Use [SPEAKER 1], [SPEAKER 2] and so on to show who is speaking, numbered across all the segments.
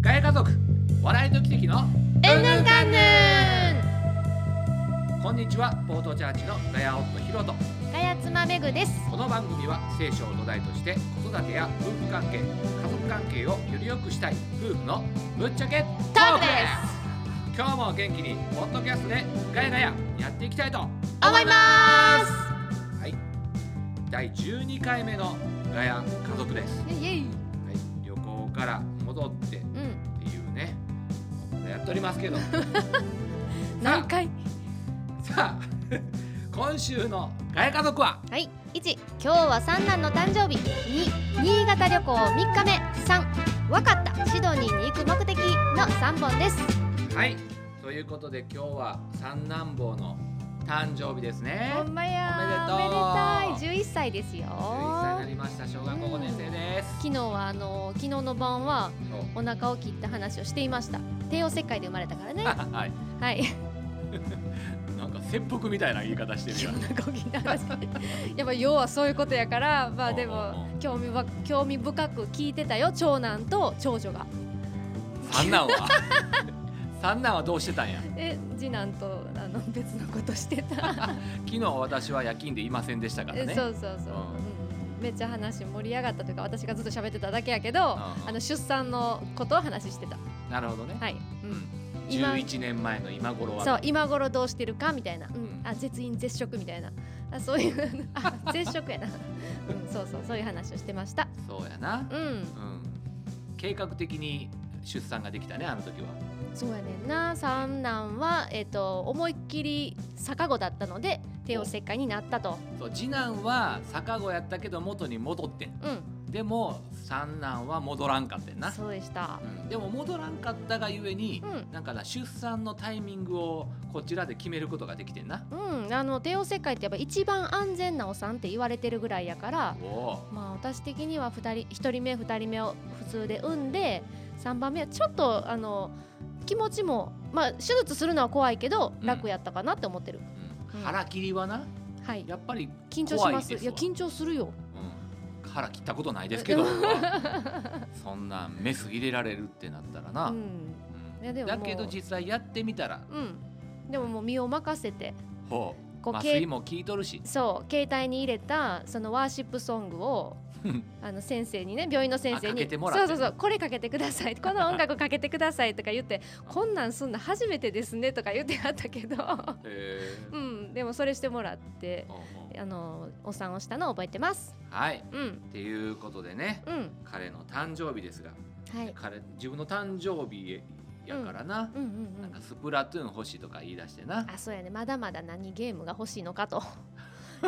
[SPEAKER 1] ガヤ家族笑いと奇跡の
[SPEAKER 2] うんぬんかんぬ
[SPEAKER 1] こんにちはポートチャーチのガヤ夫ヒロト
[SPEAKER 2] んガヤツマメグです
[SPEAKER 1] この番組は聖書を土台として子育てや夫婦関係家族関係をより良くしたい夫婦のぶっちゃけ
[SPEAKER 2] トークで
[SPEAKER 1] です今日も元気にポッドキャストでガヤガヤやっていきたいと思い
[SPEAKER 2] す思いま
[SPEAKER 1] ますはい第12回目のガヤ家族です、は
[SPEAKER 2] すイエイイエイ
[SPEAKER 1] い、旅行から戻ってっ
[SPEAKER 2] うん
[SPEAKER 1] ていうねまだやっておりますけ ど
[SPEAKER 2] 何回
[SPEAKER 1] さあ今週のガヤ家族は
[SPEAKER 2] はい1今日は三男の誕生日2新潟旅行3日目3わかったシドニーに行く目的の3本です
[SPEAKER 1] はいということで今日は三男坊の誕生日ですね
[SPEAKER 2] ほんまや
[SPEAKER 1] おめでとう
[SPEAKER 2] おめでたい11歳ですよ
[SPEAKER 1] 11歳になりました小学校5年生です、
[SPEAKER 2] 昨日はあの昨日の晩は
[SPEAKER 1] そう
[SPEAKER 2] お腹を切った話をしていました帝王切開で生まれたからね
[SPEAKER 1] はい
[SPEAKER 2] はい
[SPEAKER 1] なんか切腹みたいな言い方してる
[SPEAKER 2] 今
[SPEAKER 1] よ
[SPEAKER 2] 日 なんか聞いた話やっぱ要はそういうことやからまあで
[SPEAKER 1] おうお
[SPEAKER 2] も
[SPEAKER 1] うおう
[SPEAKER 2] 興味ば興味深く聞いてたよ長男と長女が
[SPEAKER 1] 三男は 三男はどうしてたんや
[SPEAKER 2] で次男とあの別のことしてた、
[SPEAKER 1] 昨日私は夜勤でいませんでした からね
[SPEAKER 2] そうそうそう、
[SPEAKER 1] うん
[SPEAKER 2] うんめっちゃ話盛り上がったというか私がずっと喋ってただけやけどあ
[SPEAKER 1] うん
[SPEAKER 2] の出産のことを話してた
[SPEAKER 1] なるほどね、
[SPEAKER 2] はい、う
[SPEAKER 1] うん
[SPEAKER 2] ん、今
[SPEAKER 1] 11年前の今頃は
[SPEAKER 2] そう今頃どうしてるかみたいな、うん
[SPEAKER 1] ん
[SPEAKER 2] あ絶飲絶食みたいなあそういうあ絶食やな、うん、そうそうそういう話をしてました
[SPEAKER 1] そうやな、
[SPEAKER 2] うん
[SPEAKER 1] うん、計画的に出産ができたねあの時は
[SPEAKER 2] そうやねんな三男は、えっと思いっきり逆子だったので帝王切開になったと、
[SPEAKER 1] そう次男は逆子やったけど元に戻ってん
[SPEAKER 2] うん、
[SPEAKER 1] でも三男は戻らんかってんな、
[SPEAKER 2] そうでした
[SPEAKER 1] う、ん、でも戻らんかったがゆえに、
[SPEAKER 2] う
[SPEAKER 1] なんかな出産のタイミングをこちらで決めることができてんな
[SPEAKER 2] うん、あの帝王切開ってやっぱ一番安全なお産って言われてるぐらいやから
[SPEAKER 1] おお
[SPEAKER 2] まあ私的には二人1人目2人目を普通で産んで3番目はちょっとあの気持ちも、まあ、手術するのは怖いけど
[SPEAKER 1] うん
[SPEAKER 2] 楽やったかなって思ってる、
[SPEAKER 1] ー、う、
[SPEAKER 2] うんん
[SPEAKER 1] 腹切りはな
[SPEAKER 2] はい
[SPEAKER 1] やっぱり、
[SPEAKER 2] 緊張します
[SPEAKER 1] 怖いですわ
[SPEAKER 2] いや緊張するよ
[SPEAKER 1] うん、腹切ったことないですけど
[SPEAKER 2] うん
[SPEAKER 1] 僕は そんなんメス入れられるってなったらな、
[SPEAKER 2] う
[SPEAKER 1] うん
[SPEAKER 2] んいやでも
[SPEAKER 1] だけど実際やってみたら
[SPEAKER 2] うんでももう身を任せて
[SPEAKER 1] ほう
[SPEAKER 2] こう
[SPEAKER 1] 麻
[SPEAKER 2] けい
[SPEAKER 1] 酔も効いとるし
[SPEAKER 2] そう携帯に入れたそのワーシップソング をあの先生にね病院の先生
[SPEAKER 1] あか
[SPEAKER 2] に
[SPEAKER 1] けてもらって
[SPEAKER 2] そうそうそうこれかけてくださいこの音楽かけてくださいとか言 ってこんなんすんの初めてですねとか言ってあったけど
[SPEAKER 1] へー
[SPEAKER 2] うんでもそれしてもらって
[SPEAKER 1] ほうほう
[SPEAKER 2] あのお産をしたのを覚えてます
[SPEAKER 1] はい
[SPEAKER 2] うん
[SPEAKER 1] っていうことでね
[SPEAKER 2] うん
[SPEAKER 1] 彼の誕生日ですが
[SPEAKER 2] はい
[SPEAKER 1] 彼自分の誕生日やからな,、
[SPEAKER 2] うんうんう
[SPEAKER 1] なん
[SPEAKER 2] ん
[SPEAKER 1] かスプラトゥーン欲しいとか言い出してな
[SPEAKER 2] あそうやねまだまだ何ゲームが欲しいの かと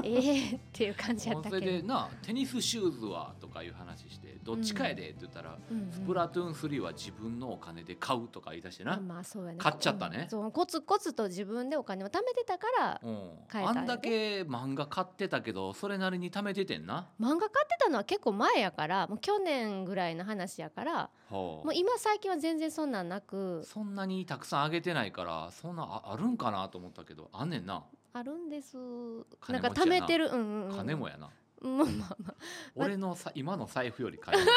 [SPEAKER 2] ええっていう感じやった
[SPEAKER 1] それ
[SPEAKER 2] けど
[SPEAKER 1] でなテニスシューズはとかいう話してどっちかやでって言ったら、
[SPEAKER 2] うんうん
[SPEAKER 1] スプラトゥーン3は自分のお金で買うとか言い出してな、
[SPEAKER 2] まあそうやね
[SPEAKER 1] 買っちゃったね
[SPEAKER 2] そうコツコツと自分でお金を貯めてたから
[SPEAKER 1] うん、
[SPEAKER 2] 変え
[SPEAKER 1] あ
[SPEAKER 2] たんやね
[SPEAKER 1] んだけ漫画買ってたけどそれなりに貯めててんな。
[SPEAKER 2] 漫画買ってたのは結構前やからもう去年ぐらいの話やから
[SPEAKER 1] ほう
[SPEAKER 2] もう今最近は全然そんなんなく
[SPEAKER 1] そんなにたくさんあげてないからそんなああるんかなと思ったけどあんねんな
[SPEAKER 2] あるんです
[SPEAKER 1] 金持
[SPEAKER 2] な
[SPEAKER 1] ちやなん
[SPEAKER 2] か貯めてるうんうん、うん、
[SPEAKER 1] 金もやな、
[SPEAKER 2] うん まあまあま
[SPEAKER 1] 俺のさ今の財布より買える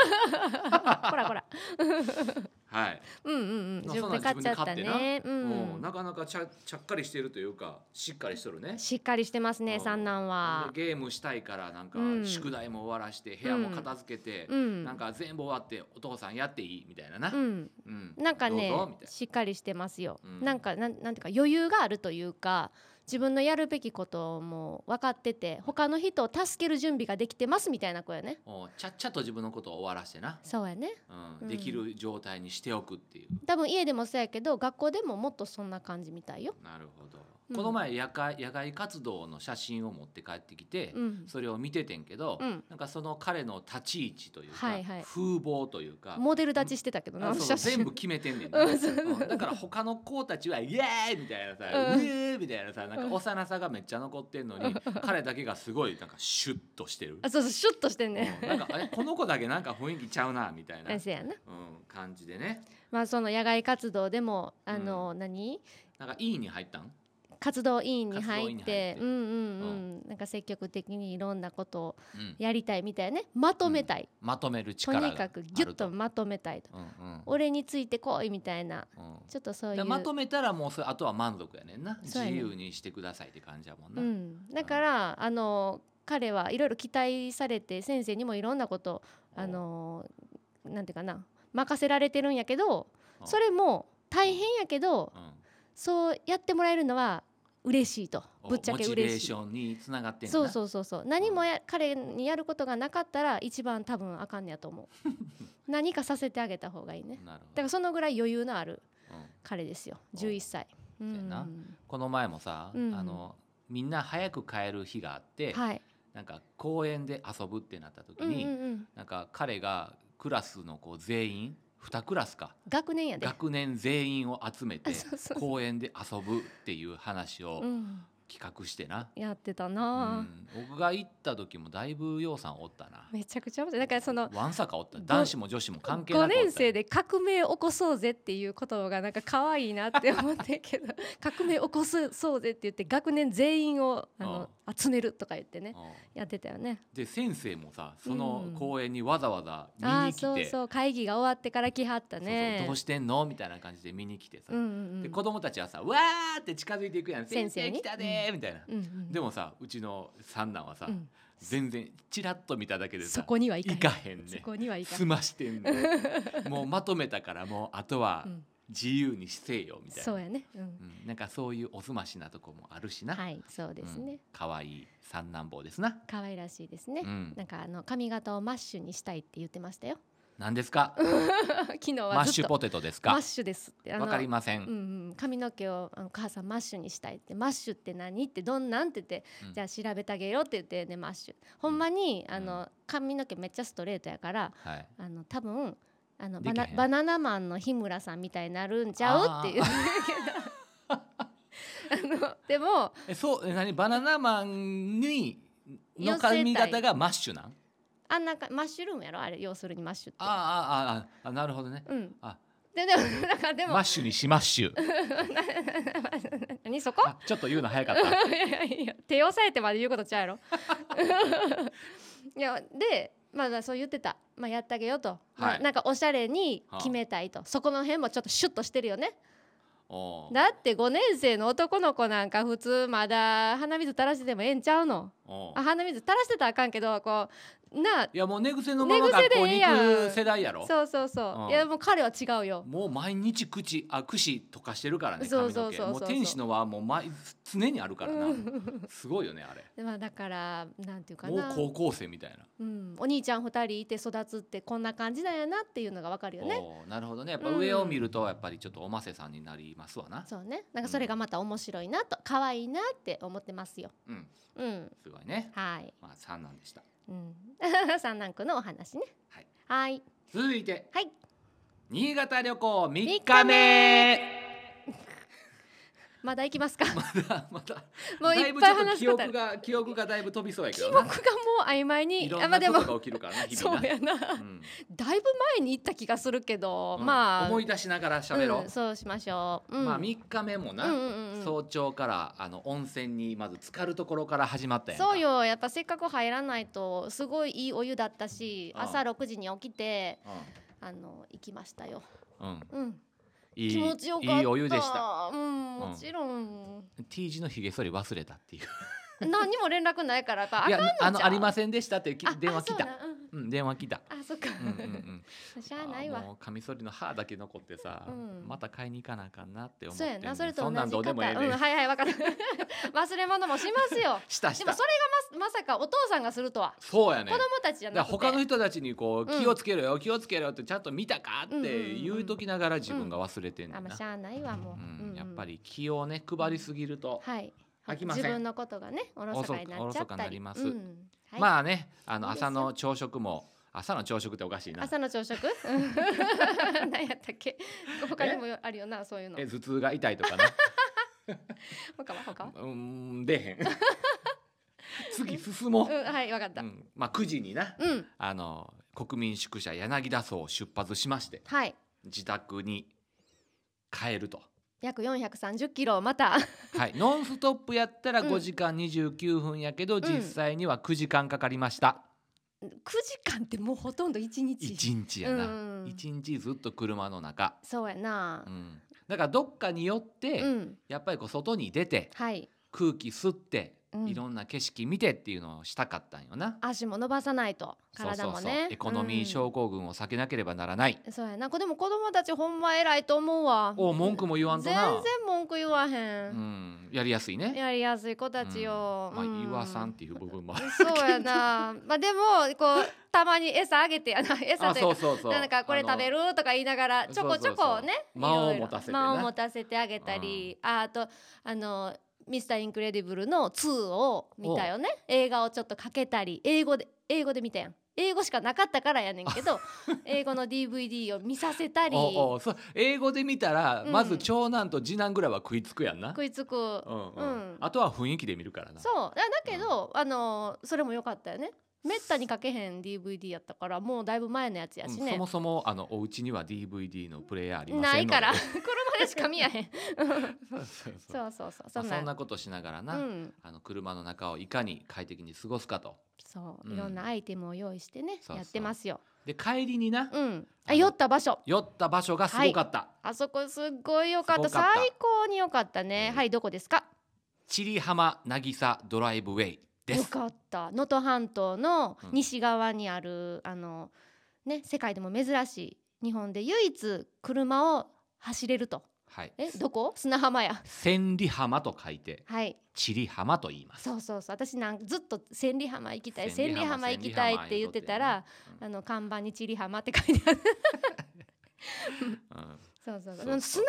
[SPEAKER 2] あほらほら
[SPEAKER 1] はい、
[SPEAKER 2] うんうんうん
[SPEAKER 1] まあ
[SPEAKER 2] 自分で買っちゃった
[SPEAKER 1] そんなん
[SPEAKER 2] ねう
[SPEAKER 1] うん
[SPEAKER 2] ん
[SPEAKER 1] なかなかちゃちゃっかりしてるというかしっかりしとるね
[SPEAKER 2] しっかりしてます
[SPEAKER 1] うん
[SPEAKER 2] ね三男は
[SPEAKER 1] ゲームしたいからなんか
[SPEAKER 2] うん
[SPEAKER 1] 宿題も終わらして部屋も片付けて
[SPEAKER 2] う、ん
[SPEAKER 1] なんか全部終わってお父さんやっていいみたいなな、
[SPEAKER 2] うん
[SPEAKER 1] うん
[SPEAKER 2] なんかね
[SPEAKER 1] どうぞみたい
[SPEAKER 2] しっかりしてますよ、
[SPEAKER 1] うん
[SPEAKER 2] なんかなんなんていうか余裕があるというか自分のやるべきことも分かってて他の人を助ける準備ができてますみたいな子やね
[SPEAKER 1] なおうちゃっちゃと自分のことを終わらしてな、
[SPEAKER 2] そうやね
[SPEAKER 1] うん
[SPEAKER 2] うん
[SPEAKER 1] できる状態にしておくっていう、
[SPEAKER 2] 多分家でもそうやけど学校でももっとそんな感じみたいよ
[SPEAKER 1] なるほど、
[SPEAKER 2] うん
[SPEAKER 1] この前野外野外活動の写真を持って帰ってきて、
[SPEAKER 2] うん
[SPEAKER 1] それを見ててんけど、
[SPEAKER 2] うん
[SPEAKER 1] なんかその彼の立ち位置というか、
[SPEAKER 2] はいはい
[SPEAKER 1] 風貌というか
[SPEAKER 2] モデル立ちしてたけどな
[SPEAKER 1] あ
[SPEAKER 2] あの
[SPEAKER 1] そう
[SPEAKER 2] 写
[SPEAKER 1] 全
[SPEAKER 2] 真
[SPEAKER 1] 部決めてんねんな、
[SPEAKER 2] うんそうそう
[SPEAKER 1] うんだから他の子たちは「イエーイ!」みたいなさ「
[SPEAKER 2] うん
[SPEAKER 1] ウェー!」みたいなさなんか幼さがめっちゃ残ってんのに、彼だけがすごいなんかシュッとしてる、
[SPEAKER 2] あそうそうシュッとしてんね
[SPEAKER 1] うんなんかあれこの子だけなんか雰囲気ちゃうなみたいな、う、
[SPEAKER 2] そうやなん
[SPEAKER 1] 感じでね
[SPEAKER 2] まあその野外活動でもあの、何
[SPEAKER 1] なんか「いい」に入ったん
[SPEAKER 2] 活動委員に入っ
[SPEAKER 1] 活動委員に入って
[SPEAKER 2] てうんうんうん、なんか積極的にいろんなことを
[SPEAKER 1] うん
[SPEAKER 2] やりたいみたいなねまとめたい、
[SPEAKER 1] まとめる
[SPEAKER 2] と
[SPEAKER 1] 力があ
[SPEAKER 2] に
[SPEAKER 1] ると
[SPEAKER 2] かくギュッとまとめたいと
[SPEAKER 1] うんうん
[SPEAKER 2] 俺についてこいみたいな
[SPEAKER 1] うん
[SPEAKER 2] ちょっとそ
[SPEAKER 1] だか
[SPEAKER 2] うい
[SPEAKER 1] ら
[SPEAKER 2] う
[SPEAKER 1] まとめたらもうそれあとは満足やねんな
[SPEAKER 2] そうや
[SPEAKER 1] 自
[SPEAKER 2] ね
[SPEAKER 1] 由にしてくださいって感じやもん
[SPEAKER 2] う
[SPEAKER 1] な、
[SPEAKER 2] ん、だからあの彼はいろいろ期待されて先生にもいろんなことあのなんていうかな任せられてるんやけど
[SPEAKER 1] うん
[SPEAKER 2] それも大変やけど
[SPEAKER 1] うん
[SPEAKER 2] そうやってもらえるのは嬉しいと
[SPEAKER 1] お
[SPEAKER 2] ぶっちゃけ
[SPEAKER 1] モチベー
[SPEAKER 2] 嬉し
[SPEAKER 1] シ
[SPEAKER 2] い。
[SPEAKER 1] ョンにつながってんねん
[SPEAKER 2] そう
[SPEAKER 1] な
[SPEAKER 2] そうそうそう何もや彼にやることがなかったら一番多分あかんねや と思う何かさせてあげた方がいいね
[SPEAKER 1] なるほ
[SPEAKER 2] だか
[SPEAKER 1] ど
[SPEAKER 2] らそのぐらい余裕のある
[SPEAKER 1] うん
[SPEAKER 2] 彼ですよ
[SPEAKER 1] お
[SPEAKER 2] 11歳う
[SPEAKER 1] そうやなんこの前もさ、
[SPEAKER 2] うん
[SPEAKER 1] あのみんな早く帰る日があって、
[SPEAKER 2] はい
[SPEAKER 1] なんか公園で遊ぶってなった時
[SPEAKER 2] うんうん
[SPEAKER 1] に、
[SPEAKER 2] うん
[SPEAKER 1] なんか彼がクラスの子全員2クラスか
[SPEAKER 2] 学年やで
[SPEAKER 1] 学年全員を集めて
[SPEAKER 2] そうそう
[SPEAKER 1] 公園で遊ぶっていう話を
[SPEAKER 2] うん
[SPEAKER 1] 企画してな、
[SPEAKER 2] やってた
[SPEAKER 1] う
[SPEAKER 2] な、
[SPEAKER 1] ん僕が行った時もだいぶようさんおったな。
[SPEAKER 2] めちゃくちゃ面白いだからその
[SPEAKER 1] わんさかおった
[SPEAKER 2] ご
[SPEAKER 1] 男子も女子も関係なくお
[SPEAKER 2] 5
[SPEAKER 1] った
[SPEAKER 2] 年生で革命起こそうぜっていう言葉がなんか可愛いなって思ってん けど革命起こすそうぜって言って学年全員をあの集めるとか言ってね
[SPEAKER 1] うん
[SPEAKER 2] やってたよね
[SPEAKER 1] で先生もさその
[SPEAKER 2] うん
[SPEAKER 1] 公園にわざわざ見
[SPEAKER 2] あ
[SPEAKER 1] に
[SPEAKER 2] あ
[SPEAKER 1] 来て、
[SPEAKER 2] そうそう会議が終わってから来はった
[SPEAKER 1] そうそう
[SPEAKER 2] ね
[SPEAKER 1] どうしてんのみたいな感じで見に来てさ、
[SPEAKER 2] うんうんう
[SPEAKER 1] で
[SPEAKER 2] ん
[SPEAKER 1] 子供たちはさ「わー!」って近づいていくやん「先
[SPEAKER 2] 先
[SPEAKER 1] 生
[SPEAKER 2] 生に
[SPEAKER 1] 来たでー」みたいな、
[SPEAKER 2] うんうん
[SPEAKER 1] でもさうちの三男はさ、
[SPEAKER 2] うん
[SPEAKER 1] 全然チラッと見ただけでさ
[SPEAKER 2] そこにはいかへ
[SPEAKER 1] 行
[SPEAKER 2] ん
[SPEAKER 1] かへん
[SPEAKER 2] そ
[SPEAKER 1] ね
[SPEAKER 2] こにはいかへ
[SPEAKER 1] 済
[SPEAKER 2] ん
[SPEAKER 1] ましてんの もうまとめたからもうあとは
[SPEAKER 2] うん
[SPEAKER 1] 自由にしてよみたいな、
[SPEAKER 2] そうやね、うん
[SPEAKER 1] うんなんかそういうおすましなとこもあるしな、
[SPEAKER 2] はいそう
[SPEAKER 1] う
[SPEAKER 2] です
[SPEAKER 1] ん
[SPEAKER 2] ね、
[SPEAKER 1] 可愛い三男坊ですな、
[SPEAKER 2] 可愛らしいですね、
[SPEAKER 1] うん
[SPEAKER 2] な、んかあの髪型をマッシュにしたいって言ってま したよ
[SPEAKER 1] 何ですか
[SPEAKER 2] 昨日
[SPEAKER 1] マ
[SPEAKER 2] は
[SPEAKER 1] ッ
[SPEAKER 2] ず
[SPEAKER 1] シ
[SPEAKER 2] っ
[SPEAKER 1] ュ
[SPEAKER 2] と
[SPEAKER 1] ポテトです
[SPEAKER 2] マ
[SPEAKER 1] か
[SPEAKER 2] ッシュですってあの
[SPEAKER 1] わかりません、
[SPEAKER 2] うんうん、髪の毛をあの母さんマッシュにしたいってマッシュって何ってどんなんって言って、
[SPEAKER 1] うん
[SPEAKER 2] じゃあ調べてあげようって言ってねマッシュほんまに
[SPEAKER 1] うん
[SPEAKER 2] あの髪の毛めっちゃストレートやから
[SPEAKER 1] はい
[SPEAKER 2] あの多分あの
[SPEAKER 1] で
[SPEAKER 2] バ
[SPEAKER 1] きへん
[SPEAKER 2] ナバナナマンの日村さんみたいになるんちゃうって 言うけどあのでも
[SPEAKER 1] えそうえ何バナナマンにの
[SPEAKER 2] 寄せたい
[SPEAKER 1] 髪型がマッシュなん
[SPEAKER 2] あんなかマッシュルームやろあれ要するにマッシュって。
[SPEAKER 1] あああああなるほどね
[SPEAKER 2] うん
[SPEAKER 1] あ
[SPEAKER 2] ででもなんかで
[SPEAKER 1] マ
[SPEAKER 2] も
[SPEAKER 1] ッシュにしマッ シュ
[SPEAKER 2] 何そこ
[SPEAKER 1] あちょっと言うの早かった
[SPEAKER 2] いやいやいや手押さえてまで言うことちゃ うやろいやでまあまあそう言ってた、まあ、やってあげようと、まあ
[SPEAKER 1] はい
[SPEAKER 2] なんかおしゃれに
[SPEAKER 1] はあ
[SPEAKER 2] 決めたいと、そこの辺もちょっとシュッとしてるよね
[SPEAKER 1] おう
[SPEAKER 2] だって5年生の男の子なんか普通まだ鼻水垂らしててもええんちゃうの
[SPEAKER 1] おう
[SPEAKER 2] あ鼻水垂らしてたらあかんけどこうなあ
[SPEAKER 1] いやもう寝癖のまま
[SPEAKER 2] 寝癖
[SPEAKER 1] 学
[SPEAKER 2] で
[SPEAKER 1] 校
[SPEAKER 2] ええ
[SPEAKER 1] に
[SPEAKER 2] やん
[SPEAKER 1] 行く世代やろ
[SPEAKER 2] そうそうそう、
[SPEAKER 1] うん
[SPEAKER 2] いやもう彼は違うよ
[SPEAKER 1] もう毎日口あ櫛とかしてるからね髪
[SPEAKER 2] そうそ
[SPEAKER 1] の
[SPEAKER 2] う
[SPEAKER 1] 毛
[SPEAKER 2] そうそう
[SPEAKER 1] もう天使の輪はもう毎常にあるから な
[SPEAKER 2] うん
[SPEAKER 1] すごいよねあれ
[SPEAKER 2] まあだからなんていうか
[SPEAKER 1] もう
[SPEAKER 2] な
[SPEAKER 1] 高校生みたいな
[SPEAKER 2] うん、お兄ちゃん2人いて育つってこんな感じなんやなっていうのがわかるよね
[SPEAKER 1] おうなるほどねやっぱ上を見るとやっぱりちょっとおませさんになりますわな
[SPEAKER 2] そうね、なんかそれがまた面白いなと、可愛いなって思ってますよ。
[SPEAKER 1] うん
[SPEAKER 2] うん、
[SPEAKER 1] すごいね
[SPEAKER 2] はい、
[SPEAKER 1] まあ三男でした
[SPEAKER 2] うん、三男君のお話ね。
[SPEAKER 1] はい、
[SPEAKER 2] はい、
[SPEAKER 1] 続いて
[SPEAKER 2] はい、
[SPEAKER 1] 新潟旅行3日
[SPEAKER 2] 日
[SPEAKER 1] 目
[SPEAKER 2] まだ行きますか。
[SPEAKER 1] まだ まだ
[SPEAKER 2] もう
[SPEAKER 1] だ
[SPEAKER 2] い
[SPEAKER 1] い
[SPEAKER 2] っ
[SPEAKER 1] ぶ
[SPEAKER 2] ぱ
[SPEAKER 1] ち
[SPEAKER 2] い
[SPEAKER 1] ょっと記
[SPEAKER 2] 話すことあ
[SPEAKER 1] 憶
[SPEAKER 2] る。
[SPEAKER 1] が記憶がだいぶ飛びそうやけ
[SPEAKER 2] 記
[SPEAKER 1] ど
[SPEAKER 2] 憶が
[SPEAKER 1] な
[SPEAKER 2] もう曖昧に、
[SPEAKER 1] いろ
[SPEAKER 2] あ
[SPEAKER 1] ん
[SPEAKER 2] ま
[SPEAKER 1] な
[SPEAKER 2] あで
[SPEAKER 1] こ
[SPEAKER 2] も
[SPEAKER 1] と、が起きるからね日
[SPEAKER 2] そ
[SPEAKER 1] 々
[SPEAKER 2] う
[SPEAKER 1] な
[SPEAKER 2] やな、
[SPEAKER 1] うん
[SPEAKER 2] だいぶ前に行った気がするけど、
[SPEAKER 1] うん
[SPEAKER 2] まあ。
[SPEAKER 1] 思い出しながら喋ろ
[SPEAKER 2] うんそうしましょう。
[SPEAKER 1] う
[SPEAKER 2] うん、
[SPEAKER 1] まあ3日目も
[SPEAKER 2] うん
[SPEAKER 1] な
[SPEAKER 2] うんうんうん
[SPEAKER 1] 早朝からあの温泉にまず浸かるところから始まったやんか
[SPEAKER 2] そうよやっぱせっかく入らないとすごいいいお湯だったし
[SPEAKER 1] ああ
[SPEAKER 2] 朝6時に起きてあの行きましたよ、
[SPEAKER 1] うんうん
[SPEAKER 2] うん、
[SPEAKER 1] いい
[SPEAKER 2] 気持ちよかった
[SPEAKER 1] いいお湯でした
[SPEAKER 2] うん
[SPEAKER 1] うん
[SPEAKER 2] もちろん、
[SPEAKER 1] T 字のひげ剃り忘れたっていう
[SPEAKER 2] 何にも連絡ないからやっぱあ
[SPEAKER 1] い
[SPEAKER 2] かんの
[SPEAKER 1] やあのありま
[SPEAKER 2] す
[SPEAKER 1] せんでしたっていうき電話来
[SPEAKER 2] あ
[SPEAKER 1] たうん電話来た
[SPEAKER 2] そうなんうんあそっか、
[SPEAKER 1] うんうんうん
[SPEAKER 2] しゃあないわ
[SPEAKER 1] もうカミソリの歯だけ残ってさ、
[SPEAKER 2] うん
[SPEAKER 1] また買いに行かなあかんなって思って
[SPEAKER 2] そうん
[SPEAKER 1] ね
[SPEAKER 2] や
[SPEAKER 1] ん
[SPEAKER 2] なそれと
[SPEAKER 1] そ
[SPEAKER 2] 同
[SPEAKER 1] ん
[SPEAKER 2] じ
[SPEAKER 1] な
[SPEAKER 2] 方
[SPEAKER 1] んどうでもええね
[SPEAKER 2] うんん、はいはい分かった 忘れ物もしますよ
[SPEAKER 1] したし
[SPEAKER 2] で
[SPEAKER 1] た
[SPEAKER 2] もそれがままさかお父さんがするとは、
[SPEAKER 1] そうやね
[SPEAKER 2] 子供たちじゃ
[SPEAKER 1] だから
[SPEAKER 2] なくて
[SPEAKER 1] 他の人たちにこう
[SPEAKER 2] うん
[SPEAKER 1] 気をつけろよ、気をつけろよってちゃんと見たかって
[SPEAKER 2] うんうんうん
[SPEAKER 1] 言うときながら自分が忘れてんね
[SPEAKER 2] あ
[SPEAKER 1] ん
[SPEAKER 2] ま
[SPEAKER 1] な
[SPEAKER 2] あし、ゃあないわもう、
[SPEAKER 1] うん
[SPEAKER 2] うんうん
[SPEAKER 1] やっぱり気をね配りすぎると、
[SPEAKER 2] はい
[SPEAKER 1] 飽きません
[SPEAKER 2] 自分のことがねおろそかになっちゃ
[SPEAKER 1] おろそ
[SPEAKER 2] っ
[SPEAKER 1] かに
[SPEAKER 2] た
[SPEAKER 1] な
[SPEAKER 2] り
[SPEAKER 1] ります
[SPEAKER 2] うんはい
[SPEAKER 1] まあねあの
[SPEAKER 2] いいですよ
[SPEAKER 1] 朝の朝食も朝の朝食っておかしいな
[SPEAKER 2] 朝の朝食 うん何やったっけ他にもあるよなそういうの
[SPEAKER 1] え頭痛が痛いと かね
[SPEAKER 2] 他 は他は
[SPEAKER 1] うーん出へ ん次進もう、
[SPEAKER 2] うんはい分かった
[SPEAKER 1] うんまあ9時にな、
[SPEAKER 2] うん
[SPEAKER 1] あの国民宿舎柳田荘を出発しまして
[SPEAKER 2] はい
[SPEAKER 1] 自宅に帰ると
[SPEAKER 2] 約430キロまた
[SPEAKER 1] はい、ノンストップやったら
[SPEAKER 2] うん
[SPEAKER 1] 5時間29分やけど、実際には9時間かかりました、
[SPEAKER 2] 9時間ってもうほとんど1日
[SPEAKER 1] 一1日やな、
[SPEAKER 2] うん
[SPEAKER 1] 一日ずっと車の中、
[SPEAKER 2] そうやな
[SPEAKER 1] う、ん、だからどっかによって、
[SPEAKER 2] うん、
[SPEAKER 1] やっぱりこう外に出て
[SPEAKER 2] はい
[SPEAKER 1] 空気吸って、
[SPEAKER 2] うん
[SPEAKER 1] いろんな景色見てっていうのをしたかったんよな。
[SPEAKER 2] 足も伸ばさないと体も
[SPEAKER 1] そうそうそ
[SPEAKER 2] ね
[SPEAKER 1] うエコノミー症候群を避けなければならない、
[SPEAKER 2] うんそうやなこでも子供たちほんま偉いと思うわ
[SPEAKER 1] お文句も言わんと
[SPEAKER 2] 全
[SPEAKER 1] な
[SPEAKER 2] 然文句言わへ、
[SPEAKER 1] うんん、やりやすいね
[SPEAKER 2] やりやすい子たちよ、
[SPEAKER 1] うんまあ、
[SPEAKER 2] うん
[SPEAKER 1] 岩さんっていう部分もある
[SPEAKER 2] そうやなまあでもこうたまに餌あげてやな餌
[SPEAKER 1] あ
[SPEAKER 2] とい
[SPEAKER 1] そ
[SPEAKER 2] う
[SPEAKER 1] う
[SPEAKER 2] か
[SPEAKER 1] そうそう
[SPEAKER 2] なんかこれ食べるとか言いながらちょこちょこね
[SPEAKER 1] あの間を
[SPEAKER 2] いろいろ
[SPEAKER 1] 持たせてな
[SPEAKER 2] 間を持たせてあげたり、ああとあのミスターインクレディブルの2を見たよね映画をちょっとかけたり英語で英語で見たやん英語しかなかったからやねんけ ど英語の DVD を見させたり
[SPEAKER 1] おうおうそう英語で見たら、
[SPEAKER 2] うん
[SPEAKER 1] まず長男と次男ぐらいは食いつくやんな
[SPEAKER 2] 食いつく
[SPEAKER 1] うんう
[SPEAKER 2] うん
[SPEAKER 1] ん、あとは雰囲気で見るからな
[SPEAKER 2] そうだだけど、あのそれも良かったよねめったにかけへん DVD やったからもうだいぶ前のやつやし
[SPEAKER 1] うん
[SPEAKER 2] ね、
[SPEAKER 1] そもそもあのお家には DVD のプレイヤーありませんので
[SPEAKER 2] ない から車でしか見やへん
[SPEAKER 1] そうそう そう
[SPEAKER 2] そうそうそ
[SPEAKER 1] まあそ
[SPEAKER 2] うそんなん
[SPEAKER 1] なことしながらな、
[SPEAKER 2] うん、
[SPEAKER 1] あの車の中をいかに快適に過ごすかと
[SPEAKER 2] そう、
[SPEAKER 1] うん
[SPEAKER 2] いろんなアイテムを用意してね
[SPEAKER 1] そうそう
[SPEAKER 2] やってますよ
[SPEAKER 1] で帰りにな、
[SPEAKER 2] うん
[SPEAKER 1] あ
[SPEAKER 2] あ
[SPEAKER 1] の
[SPEAKER 2] 酔った場所
[SPEAKER 1] 酔った場所がすごかった、
[SPEAKER 2] あそこすっごい良かった
[SPEAKER 1] すごかった
[SPEAKER 2] 最高に良かったね、
[SPEAKER 1] えー
[SPEAKER 2] はいどこですか
[SPEAKER 1] 千里浜渚ドライブウェイで
[SPEAKER 2] 良
[SPEAKER 1] す
[SPEAKER 2] かった能登半島の
[SPEAKER 1] うん
[SPEAKER 2] 西側にある、あのね世界でも珍しい日本で唯一車を走れると
[SPEAKER 1] はい
[SPEAKER 2] えどこ砂浜や
[SPEAKER 1] 千里浜と書いて
[SPEAKER 2] はい
[SPEAKER 1] 千里浜と言います
[SPEAKER 2] そうそうそう私なんかずっと千里浜行きたい千
[SPEAKER 1] 千
[SPEAKER 2] 里
[SPEAKER 1] 里
[SPEAKER 2] 浜
[SPEAKER 1] 浜
[SPEAKER 2] 行きたいって言ってたら、あの看板に千里浜って書いてある
[SPEAKER 1] うん
[SPEAKER 2] そうそうそう
[SPEAKER 1] そうそう
[SPEAKER 2] 砂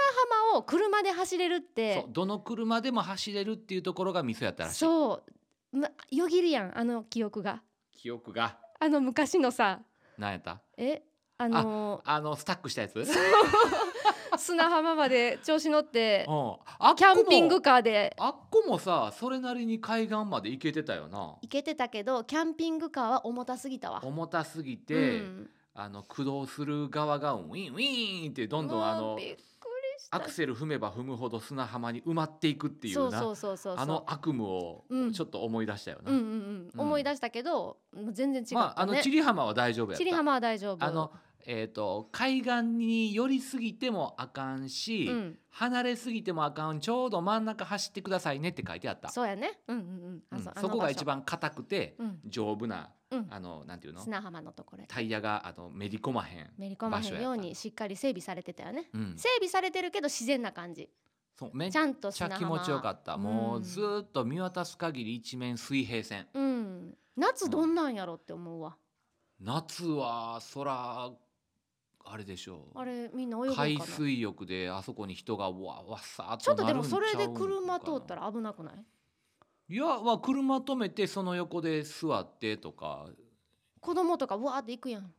[SPEAKER 2] 浜を車で走れるっ
[SPEAKER 1] そう
[SPEAKER 2] て
[SPEAKER 1] どの車でも走れるっていうところがミソやったらしい
[SPEAKER 2] そうまよぎるやんあの記憶が
[SPEAKER 1] 記憶が
[SPEAKER 2] あの昔のさ
[SPEAKER 1] 何やった
[SPEAKER 2] えあの
[SPEAKER 1] あのスタックしたやつうん
[SPEAKER 2] 砂浜まで調子乗って
[SPEAKER 1] あ
[SPEAKER 2] キャンピン
[SPEAKER 1] っ
[SPEAKER 2] グ
[SPEAKER 1] こも
[SPEAKER 2] カーで
[SPEAKER 1] あっこもさそれなりに海岸まで行けてたよな
[SPEAKER 2] 行けてたけどキャンピングカーは重たすぎたわ。
[SPEAKER 1] 重たすぎ
[SPEAKER 2] う
[SPEAKER 1] て、
[SPEAKER 2] ん
[SPEAKER 1] あの駆動する側がウィンウィーンってどんどんあ
[SPEAKER 2] もう
[SPEAKER 1] の
[SPEAKER 2] びっくりした
[SPEAKER 1] アクセル踏めば踏むほど砂浜に埋まっていくっていうな
[SPEAKER 2] そうそうそうそうそう
[SPEAKER 1] あの悪夢を
[SPEAKER 2] うん
[SPEAKER 1] ちょっと思い出したよな、
[SPEAKER 2] うんうんうん
[SPEAKER 1] うん
[SPEAKER 2] 思い出したけどもう全然違ったね、
[SPEAKER 1] まああの千里浜は大丈夫やった
[SPEAKER 2] 千里浜は大丈夫
[SPEAKER 1] あの、えー、と海岸に寄りすぎてもあかんし、
[SPEAKER 2] うん、
[SPEAKER 1] 離れすぎてもあかんちょうど真ん中走ってくださいねって書いてあった
[SPEAKER 2] そうやねうんうんう
[SPEAKER 1] う
[SPEAKER 2] んあ
[SPEAKER 1] ん
[SPEAKER 2] うあの
[SPEAKER 1] そこが
[SPEAKER 2] 場所
[SPEAKER 1] 一番硬くて
[SPEAKER 2] うん
[SPEAKER 1] 丈夫な
[SPEAKER 2] うん
[SPEAKER 1] あのなんていうの
[SPEAKER 2] 砂浜のところや
[SPEAKER 1] タイヤがあのめり込まへん、
[SPEAKER 2] めり込ま
[SPEAKER 1] 場
[SPEAKER 2] へ
[SPEAKER 1] 所やった
[SPEAKER 2] んようにしっかり整備されてたよね
[SPEAKER 1] うん、
[SPEAKER 2] 整備されてるけど自然な感じ
[SPEAKER 1] そうめっ
[SPEAKER 2] ちゃんと
[SPEAKER 1] ちゃ
[SPEAKER 2] 砂浜
[SPEAKER 1] 気持ちよかった、も
[SPEAKER 2] うん
[SPEAKER 1] うずーっと見渡す限り一面水平線
[SPEAKER 2] うん夏どんなんやろって思うわ、
[SPEAKER 1] 夏は空あれでしょう
[SPEAKER 2] あれみんな泳ぐかな
[SPEAKER 1] 海水浴であそこに人がわわっさーっ
[SPEAKER 2] ち
[SPEAKER 1] と
[SPEAKER 2] ょっと
[SPEAKER 1] な
[SPEAKER 2] で
[SPEAKER 1] るん
[SPEAKER 2] も
[SPEAKER 1] ちゃ
[SPEAKER 2] それで
[SPEAKER 1] うんかな
[SPEAKER 2] 車通ったら危なくない
[SPEAKER 1] いやは車止めてその横で座ってとか
[SPEAKER 2] 子供とかわーって行くやん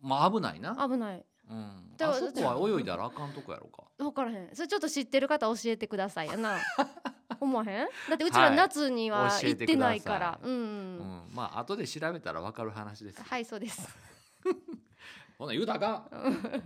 [SPEAKER 1] まあ危ないな、
[SPEAKER 2] 危ない
[SPEAKER 1] うん、
[SPEAKER 2] だ
[SPEAKER 1] あ
[SPEAKER 2] から
[SPEAKER 1] そこは泳いだらあかんとこやろか
[SPEAKER 2] 分からへんそれちょっと知ってる方教えてくださいや な思わへんだってうちら夏には
[SPEAKER 1] はい
[SPEAKER 2] 行ってないから、
[SPEAKER 1] 教えてくださ
[SPEAKER 2] うん、
[SPEAKER 1] う
[SPEAKER 2] うん、
[SPEAKER 1] ん、まあ後で調べたらわかる話です、
[SPEAKER 2] はいそうです
[SPEAKER 1] ほな言うたらあかん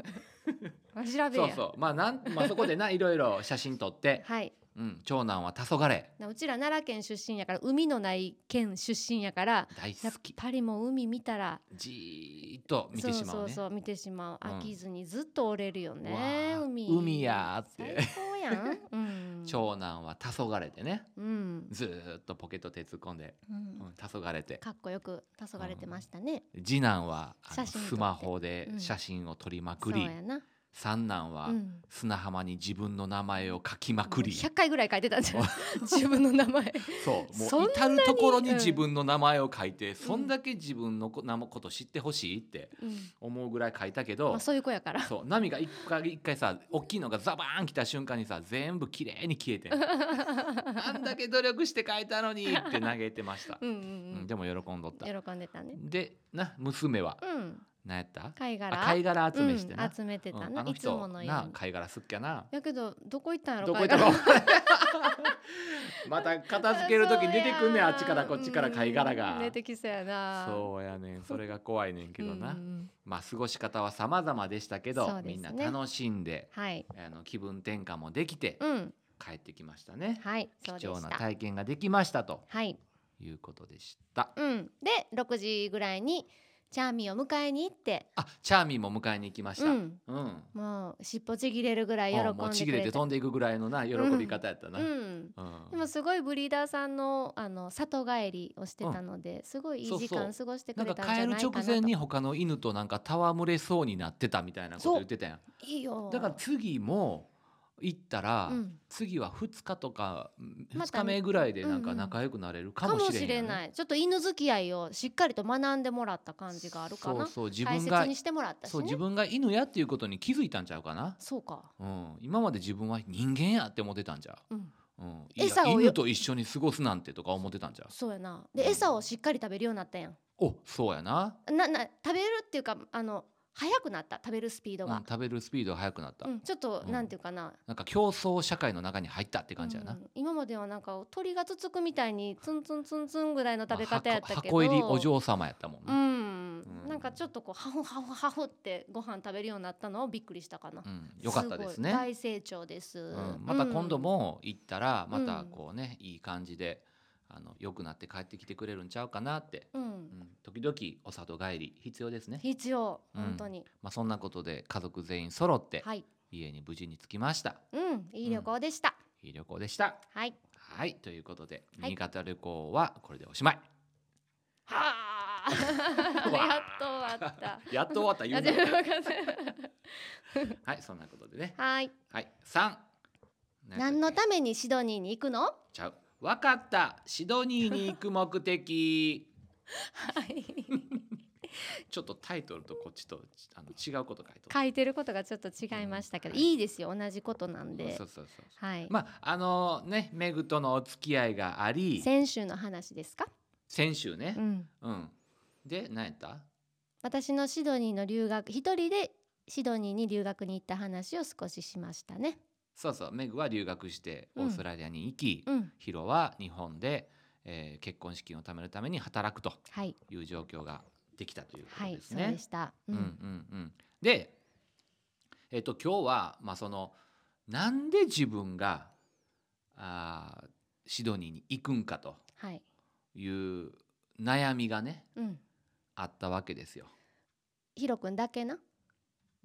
[SPEAKER 2] あ調べ
[SPEAKER 1] そ
[SPEAKER 2] や
[SPEAKER 1] うそうまあなん、まあ、そこでないろいろ写真撮って、
[SPEAKER 2] はい
[SPEAKER 1] うん、長男は黄昏
[SPEAKER 2] なうちら奈良県出身やから海のない県出身やから
[SPEAKER 1] 大
[SPEAKER 2] や
[SPEAKER 1] 好
[SPEAKER 2] っ
[SPEAKER 1] き
[SPEAKER 2] ぱりもう海見たら
[SPEAKER 1] じーっと見てしまうね
[SPEAKER 2] そうそうそう見てしまう
[SPEAKER 1] うん
[SPEAKER 2] 飽きずにずっと折れるよね、
[SPEAKER 1] うわー
[SPEAKER 2] 海
[SPEAKER 1] 海やーって
[SPEAKER 2] 最高や ん、うん、
[SPEAKER 1] 長男は黄昏でね
[SPEAKER 2] うん、
[SPEAKER 1] ずーっとポケット手突っ込んで、
[SPEAKER 2] う、
[SPEAKER 1] うんん、黄昏て
[SPEAKER 2] かっこよく黄昏れてましたね、
[SPEAKER 1] 次男はあの
[SPEAKER 2] 写真撮って
[SPEAKER 1] スマホで
[SPEAKER 2] うん
[SPEAKER 1] 写真を撮りま
[SPEAKER 2] そ
[SPEAKER 1] く
[SPEAKER 2] う
[SPEAKER 1] り、
[SPEAKER 2] やな、
[SPEAKER 1] 三男は
[SPEAKER 2] うん、
[SPEAKER 1] 砂浜に自分の名前を書きまくり、
[SPEAKER 2] 100回ぐらい書いてたんじゃない 自分の名前
[SPEAKER 1] そう
[SPEAKER 2] そん
[SPEAKER 1] も
[SPEAKER 2] な
[SPEAKER 1] う
[SPEAKER 2] に
[SPEAKER 1] 至る所に自分の名前を書いて、そんだけ自分のこ名もこと知ってほしいって
[SPEAKER 2] うん
[SPEAKER 1] 思うぐらい書いたけど、
[SPEAKER 2] まあそういう 子やから
[SPEAKER 1] そう波が一回一回さ大きいのがザバーン来た瞬間にさ全部綺麗に消え てあんだけ努力して書いたのにって嘆いてました
[SPEAKER 2] う、んうん
[SPEAKER 1] う
[SPEAKER 2] うん
[SPEAKER 1] ん、でも喜んどった
[SPEAKER 2] 喜んでたね
[SPEAKER 1] でな娘は
[SPEAKER 2] うん
[SPEAKER 1] 何やった
[SPEAKER 2] 貝
[SPEAKER 1] あ
[SPEAKER 2] 殻
[SPEAKER 1] 貝殻集めしてな、
[SPEAKER 2] うん、集めてた
[SPEAKER 1] うんあ
[SPEAKER 2] な、
[SPEAKER 1] の
[SPEAKER 2] いつも
[SPEAKER 1] 人
[SPEAKER 2] のよう
[SPEAKER 1] な
[SPEAKER 2] に
[SPEAKER 1] 貝殻すっきゃな
[SPEAKER 2] やけどどこ行ったんやろ
[SPEAKER 1] どこ行った
[SPEAKER 2] 貝
[SPEAKER 1] の
[SPEAKER 2] 殻
[SPEAKER 1] また片付ける時に出てくんねん
[SPEAKER 2] そうや
[SPEAKER 1] あっちからこっちから貝殻
[SPEAKER 2] う
[SPEAKER 1] が
[SPEAKER 2] ん出てきそうやな
[SPEAKER 1] そうやねんそれが怖いねんけどな、
[SPEAKER 2] うんうん
[SPEAKER 1] まあ過ごし方は様々でしたけど、
[SPEAKER 2] そうで
[SPEAKER 1] み
[SPEAKER 2] す
[SPEAKER 1] ん
[SPEAKER 2] ね
[SPEAKER 1] な楽しんで
[SPEAKER 2] はい
[SPEAKER 1] あの気分転換もできて
[SPEAKER 2] うん
[SPEAKER 1] 帰ってきましたね、
[SPEAKER 2] はいそう
[SPEAKER 1] 貴
[SPEAKER 2] で
[SPEAKER 1] 重
[SPEAKER 2] し
[SPEAKER 1] な
[SPEAKER 2] た
[SPEAKER 1] 体験ができましたと
[SPEAKER 2] はい
[SPEAKER 1] いうことでした
[SPEAKER 2] うんで6時ぐらいにチャーミーを迎えに行って
[SPEAKER 1] あチャーミーも迎えに行きました
[SPEAKER 2] う
[SPEAKER 1] うん、
[SPEAKER 2] んもう尻尾ちぎれるぐらい喜ん
[SPEAKER 1] も
[SPEAKER 2] で
[SPEAKER 1] うもうち
[SPEAKER 2] く
[SPEAKER 1] ぎれて
[SPEAKER 2] れた
[SPEAKER 1] 飛んでいくぐらいのな喜び方やったな、
[SPEAKER 2] う
[SPEAKER 1] うん
[SPEAKER 2] んでもすごいブリーダーさんのあの里帰りをしてたので、すごいいい時
[SPEAKER 1] そうそう
[SPEAKER 2] 間過ごして
[SPEAKER 1] な
[SPEAKER 2] く
[SPEAKER 1] ん
[SPEAKER 2] れ
[SPEAKER 1] か
[SPEAKER 2] たんじ
[SPEAKER 1] 帰
[SPEAKER 2] ゃ
[SPEAKER 1] る
[SPEAKER 2] ないか
[SPEAKER 1] 直
[SPEAKER 2] なと。
[SPEAKER 1] 前に他の犬となんか戯れそうになってたみたいなこと言ってたやん
[SPEAKER 2] いいよ。
[SPEAKER 1] だから次も行ったら、
[SPEAKER 2] うん
[SPEAKER 1] 次は2日とかうん
[SPEAKER 2] ま
[SPEAKER 1] 2
[SPEAKER 2] た
[SPEAKER 1] 日目ぐらいでなん
[SPEAKER 2] うんう
[SPEAKER 1] か
[SPEAKER 2] ん
[SPEAKER 1] 仲良くなれるか
[SPEAKER 2] か
[SPEAKER 1] も
[SPEAKER 2] も
[SPEAKER 1] しれ
[SPEAKER 2] しれ
[SPEAKER 1] んよね
[SPEAKER 2] ない。ちょっと犬付き合いをしっかりと学んでもらった感じがあるか
[SPEAKER 1] そ
[SPEAKER 2] な。
[SPEAKER 1] うそう自
[SPEAKER 2] 大
[SPEAKER 1] 分が
[SPEAKER 2] 切にしてもらったし
[SPEAKER 1] そう
[SPEAKER 2] ね。
[SPEAKER 1] 自
[SPEAKER 2] そう
[SPEAKER 1] 分が犬やっていうことに気づいたんちゃうかな、
[SPEAKER 2] か。
[SPEAKER 1] うん、今まで自分は人間やって思ってたんじゃ
[SPEAKER 2] うん、
[SPEAKER 1] う、うん、いや
[SPEAKER 2] 餌をよ
[SPEAKER 1] 犬と一緒に過ごすなんてとか思ってたんじゃう
[SPEAKER 2] そうやな。で餌をしっかり食べるようになったやん。
[SPEAKER 1] おそうやな、
[SPEAKER 2] なな食べるっていうかあの早くなった食べるスピー
[SPEAKER 1] う
[SPEAKER 2] ド
[SPEAKER 1] ん
[SPEAKER 2] が。
[SPEAKER 1] 食べるスピードが速くなった、
[SPEAKER 2] うん、ちょっと、
[SPEAKER 1] うん
[SPEAKER 2] なんていうかな。
[SPEAKER 1] なんか競争社会の中に入ったって感じやな、
[SPEAKER 2] うん今まではなんか鳥がつつくみたいにツンツンツンツンぐらいの
[SPEAKER 1] まあ
[SPEAKER 2] 食べ方やったけど、
[SPEAKER 1] 箱箱入りお嬢様やったもん
[SPEAKER 2] う
[SPEAKER 1] な、
[SPEAKER 2] ん
[SPEAKER 1] うん
[SPEAKER 2] なんかちょっとこうハフハフハフってご飯食べるようになったのをびっくりしたかな
[SPEAKER 1] う。んよかったです
[SPEAKER 2] ごい
[SPEAKER 1] ね
[SPEAKER 2] 大成長です。
[SPEAKER 1] うん、また今度も行ったらま
[SPEAKER 2] うん
[SPEAKER 1] たこうね、いい感じであの良くなって帰ってきてくれるんちゃうかなって、
[SPEAKER 2] うん、う、
[SPEAKER 1] うんん、時々お里帰り必要ですね、
[SPEAKER 2] 必要
[SPEAKER 1] うん
[SPEAKER 2] 本当に、
[SPEAKER 1] まあ、そんなことで家族全員揃って
[SPEAKER 2] はい、
[SPEAKER 1] 家に無事に着きました
[SPEAKER 2] うん、いい旅行でした。
[SPEAKER 1] いい旅行でした
[SPEAKER 2] はい、
[SPEAKER 1] はいということで
[SPEAKER 2] はい
[SPEAKER 1] 新潟旅行はこれでおしまい、
[SPEAKER 2] はあ、
[SPEAKER 1] わ
[SPEAKER 2] やっと
[SPEAKER 1] あ
[SPEAKER 2] 終わった。
[SPEAKER 1] やっと終わ った言う
[SPEAKER 2] いや自分
[SPEAKER 1] な
[SPEAKER 2] わかんない
[SPEAKER 1] はいそんなことでね
[SPEAKER 2] はい、
[SPEAKER 1] はい三
[SPEAKER 2] 何のためにシドニーに行くの？は
[SPEAKER 1] ちゃうわかったシドニーに行く目的
[SPEAKER 2] い、
[SPEAKER 1] ちょっとタイトルとこっちとあの違うこと書いとった
[SPEAKER 2] 書いてることがちょっと違いましたけど、
[SPEAKER 1] うん
[SPEAKER 2] いいですよ、同じことなんで
[SPEAKER 1] そ、うそうそうそう
[SPEAKER 2] はい、
[SPEAKER 1] まああのねメグとのお付き合いがあり
[SPEAKER 2] 先週の話ですか？
[SPEAKER 1] 先週ね
[SPEAKER 2] うん。
[SPEAKER 1] うん、で何やった
[SPEAKER 2] 私のシドニーの留学一人でシドニーに留学に行った話を少ししましたね。
[SPEAKER 1] そうそうメグは留学してオーストラリアに行き、
[SPEAKER 2] うん、
[SPEAKER 1] ヒロは日本で、えー結婚資金を貯めるために働くと
[SPEAKER 2] はい、
[SPEAKER 1] いう状況ができたというこ
[SPEAKER 2] は
[SPEAKER 1] と
[SPEAKER 2] い
[SPEAKER 1] で、す
[SPEAKER 2] そう
[SPEAKER 1] ね。
[SPEAKER 2] でした。う、
[SPEAKER 1] うんうんんうん、で、えっと今日は、まあ、そのなんで自分があーシドニーに行くんかと
[SPEAKER 2] はい、
[SPEAKER 1] いう悩みがね
[SPEAKER 2] うん、
[SPEAKER 1] あったわけですよ。
[SPEAKER 2] ヒロ君だけな。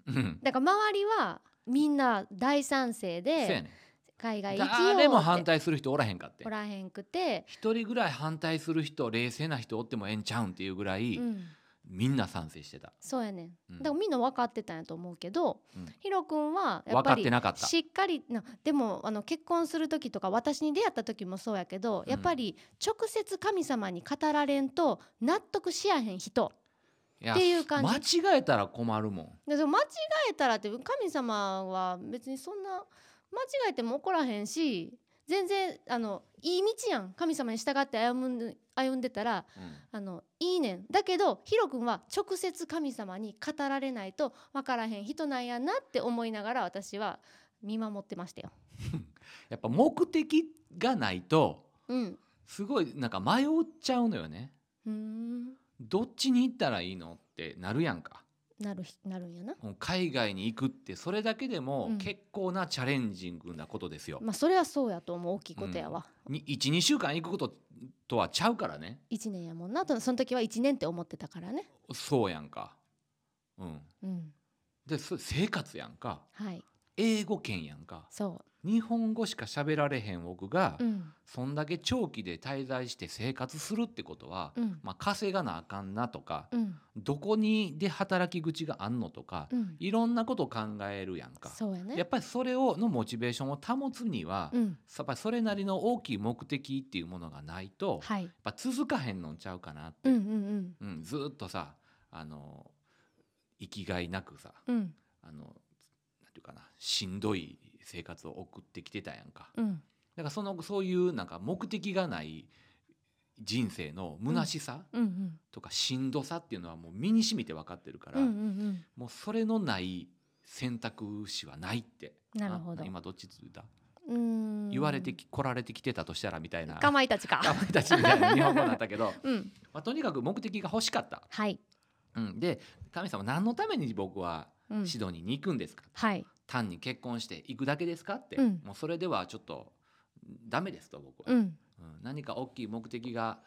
[SPEAKER 1] うん
[SPEAKER 2] だから周りはみんな大賛成
[SPEAKER 1] そうや
[SPEAKER 2] で
[SPEAKER 1] ね
[SPEAKER 2] 海外行きようっ
[SPEAKER 1] 誰
[SPEAKER 2] て
[SPEAKER 1] も反対する人おらへんかって
[SPEAKER 2] おらへんくて、
[SPEAKER 1] 一人ぐらい反対する人冷静な人おってもええんちゃうんっていうぐらい、
[SPEAKER 2] うん、
[SPEAKER 1] みんな賛成してた。
[SPEAKER 2] そうやねん。
[SPEAKER 1] うん
[SPEAKER 2] だからみんな分かってたんやと思うけど、
[SPEAKER 1] うん
[SPEAKER 2] ヒロ君はや
[SPEAKER 1] 分か
[SPEAKER 2] っぱ
[SPEAKER 1] って
[SPEAKER 2] り。
[SPEAKER 1] なかった。
[SPEAKER 2] しっかりなでもあの結婚する時とか私に出会った時もそうやけど、
[SPEAKER 1] うん
[SPEAKER 2] やっぱり直接神様に語られんと納得しやへん人
[SPEAKER 1] いや
[SPEAKER 2] っていう感じ
[SPEAKER 1] 間違えたら困るもん。
[SPEAKER 2] でその間違えたらって神様は別にそんな間違えても怒らへんし全然あのいい道やん神様に従って歩んで歩んでたら
[SPEAKER 1] うん
[SPEAKER 2] あのいいねんだけどヒロ君は直接神様に語られないと分からへん人なんやなって思いながら私は見守ってましたよ。
[SPEAKER 1] やっぱ目的がないと
[SPEAKER 2] うん
[SPEAKER 1] すごいなんか迷っちゃうのよね
[SPEAKER 2] うーん
[SPEAKER 1] どっちに行ったらいいのってなるやんか
[SPEAKER 2] なるひなるんやな。
[SPEAKER 1] もう海外に行くってそれだけで
[SPEAKER 2] う
[SPEAKER 1] も
[SPEAKER 2] ん
[SPEAKER 1] 結構なチャレンジングなことですよ、
[SPEAKER 2] まあそれはそうやと思う大きいことやわ。
[SPEAKER 1] に12週間行くこととはちゃうからね
[SPEAKER 2] 一年やもんなとその時は一年って思ってたからね。
[SPEAKER 1] そうやんかうん
[SPEAKER 2] うん
[SPEAKER 1] でそ生活やんか
[SPEAKER 2] はい
[SPEAKER 1] 英語圏やんか
[SPEAKER 2] そ
[SPEAKER 1] 日本語しか喋られへん僕が、
[SPEAKER 2] う。うん
[SPEAKER 1] そんだけ長期で滞在して生活するってことは、
[SPEAKER 2] うん
[SPEAKER 1] まあ、稼がなあかんなとか、
[SPEAKER 2] うん
[SPEAKER 1] どこにで働き口があんのとか、
[SPEAKER 2] うん。
[SPEAKER 1] いろんなことを考えるやんか、
[SPEAKER 2] そうやね。
[SPEAKER 1] やっぱりそれをのモチベーションを保つには、
[SPEAKER 2] うん
[SPEAKER 1] やっぱりそれなりの大きい目的っていうものがないと、やっ
[SPEAKER 2] はい。
[SPEAKER 1] ぱ続かへんのんちゃうかなって、
[SPEAKER 2] うんうん
[SPEAKER 1] うんずーっとさあの生きがいなくさ
[SPEAKER 2] うんうん
[SPEAKER 1] あのなんていうかなしんどい生活を送ってきてたやんか
[SPEAKER 2] うん
[SPEAKER 1] だからそのそういうなんか目的がない人生の虚しさ
[SPEAKER 2] うんうん
[SPEAKER 1] とかしんどさっていうのはもう身に染みて分かってるから、
[SPEAKER 2] うんうん
[SPEAKER 1] もうそれのない選択肢はないって
[SPEAKER 2] うんなるほど
[SPEAKER 1] あ今どっちついた
[SPEAKER 2] うーん
[SPEAKER 1] 言われてき来られてきてたとしたらみたいな
[SPEAKER 2] かまいたちか
[SPEAKER 1] かまいたちみたいな日本語だったけど、
[SPEAKER 2] うん
[SPEAKER 1] まあ、とにかく目的が欲しかった、
[SPEAKER 2] はい
[SPEAKER 1] うん、で神様何のために僕は
[SPEAKER 2] うん
[SPEAKER 1] シドニーに行くんですか、
[SPEAKER 2] はい
[SPEAKER 1] 単に結婚して行くだけですかって、
[SPEAKER 2] うん
[SPEAKER 1] もうそれではちょっとダメですと僕は、
[SPEAKER 2] うん
[SPEAKER 1] うん何か大きい目的が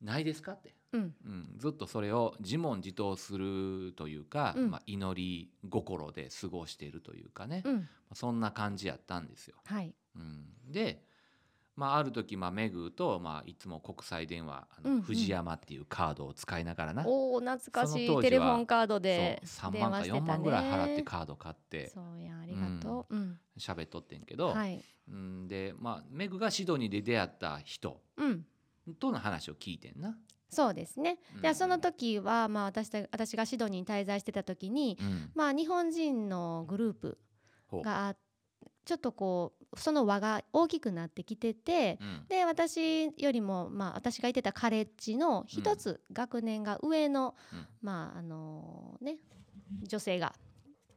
[SPEAKER 1] ないですかって、
[SPEAKER 2] うん
[SPEAKER 1] うん、ずっとそれを自問自答するというか、
[SPEAKER 2] うん
[SPEAKER 1] まあ、祈り心で過ごしているというかね、
[SPEAKER 2] うん
[SPEAKER 1] そんな感じやったんですよ。
[SPEAKER 2] はい
[SPEAKER 1] うん、で、まあ、ある時、まあ、メグと、まあ、いつも国際電話あの、
[SPEAKER 2] うんうん
[SPEAKER 1] 藤山っていうカードを使いながらなそう
[SPEAKER 2] おお懐かし
[SPEAKER 1] その当時はい
[SPEAKER 2] テレフォンカードで
[SPEAKER 1] 3
[SPEAKER 2] 電
[SPEAKER 1] 万か
[SPEAKER 2] 話し
[SPEAKER 1] 4
[SPEAKER 2] てた
[SPEAKER 1] 万ぐらい払って
[SPEAKER 2] ね
[SPEAKER 1] カード買って
[SPEAKER 2] そうやありがとううん
[SPEAKER 1] 喋っとってんけど、
[SPEAKER 2] はい
[SPEAKER 1] うん、で、まあ、メグがシドニーで出会った人
[SPEAKER 2] うん
[SPEAKER 1] との話を聞いてんな。
[SPEAKER 2] そうですね
[SPEAKER 1] う
[SPEAKER 2] で
[SPEAKER 1] ん
[SPEAKER 2] その、時はまあ私た私がシドニーに滞在してた時に
[SPEAKER 1] うん
[SPEAKER 2] まあ日本人のグループ
[SPEAKER 1] ほう
[SPEAKER 2] があちょっとこうその輪が大きくなってきてて
[SPEAKER 1] うん
[SPEAKER 2] で私よりも、まあ、私がいてたカレッジの一つ学年が上の、
[SPEAKER 1] うん
[SPEAKER 2] まああのね女性が、